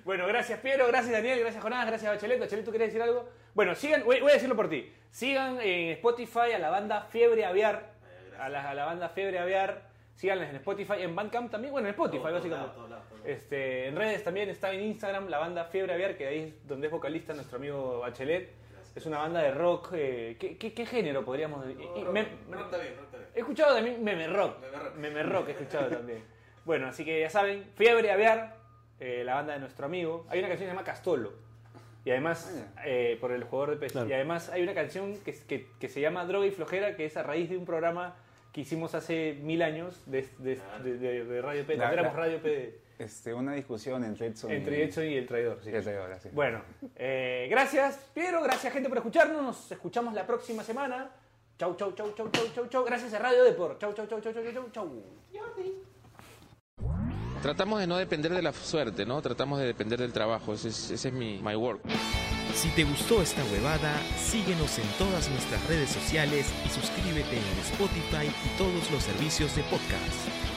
Speaker 3: Bueno, gracias Piero, gracias Daniel, gracias Jonás, gracias Bachelet. Bachelet, ¿tú quieres decir algo? Bueno, sigan, voy, voy a decirlo por ti. Sigan en Spotify a la banda Fiebre Aviar. A la, a la banda Fiebre Aviar. Síganles en Spotify, en Bandcamp también, bueno, en Spotify
Speaker 7: Todo, todo
Speaker 3: básicamente.
Speaker 7: lado, todo lado, todo lado.
Speaker 3: Este, en redes también está en Instagram la banda Fiebre Aviar, que ahí es donde es vocalista nuestro amigo Bachelet. Es una banda de rock. eh, ¿qué, qué, qué género podríamos decir?
Speaker 7: No,
Speaker 3: Y- y
Speaker 7: rock,
Speaker 3: me-
Speaker 7: rock está bien, rock está bien.
Speaker 3: He escuchado también Meme Rock.
Speaker 7: Meme Rock.
Speaker 3: Meme Rock he escuchado también. Bueno, así que ya saben, Fiebre Aviar, eh, la banda de nuestro amigo. Hay una canción que se llama Castolo. Y además,
Speaker 7: Ah,
Speaker 3: eh, por el jugador de PES. Y además hay una canción que, que- que se llama Droga y Flojera, que es a raíz de un programa que hicimos hace mil años de, de-
Speaker 7: Ah.
Speaker 3: de- de- de Radio P.
Speaker 6: La-
Speaker 3: Éramos
Speaker 6: la-
Speaker 3: Radio P
Speaker 6: Este, una discusión entre Edson
Speaker 3: entre
Speaker 6: y...
Speaker 3: hecho y el traidor. sí.
Speaker 6: y Edson, ahora sí.
Speaker 3: Bueno, eh, gracias, Piero. Gracias, gente, por escucharnos. Nos escuchamos la próxima semana. Chau, chau, chau, chau, chau, chau, chau. Gracias a Radio Deport. Chau, chau, chau, chau, chau, chau, chau.
Speaker 1: Tratamos de no depender de la suerte, ¿no? Tratamos de depender del trabajo. Ese es, ese es mi my work.
Speaker 8: Si te gustó esta huevada, síguenos en todas nuestras redes sociales y suscríbete en Spotify y todos los servicios de podcast.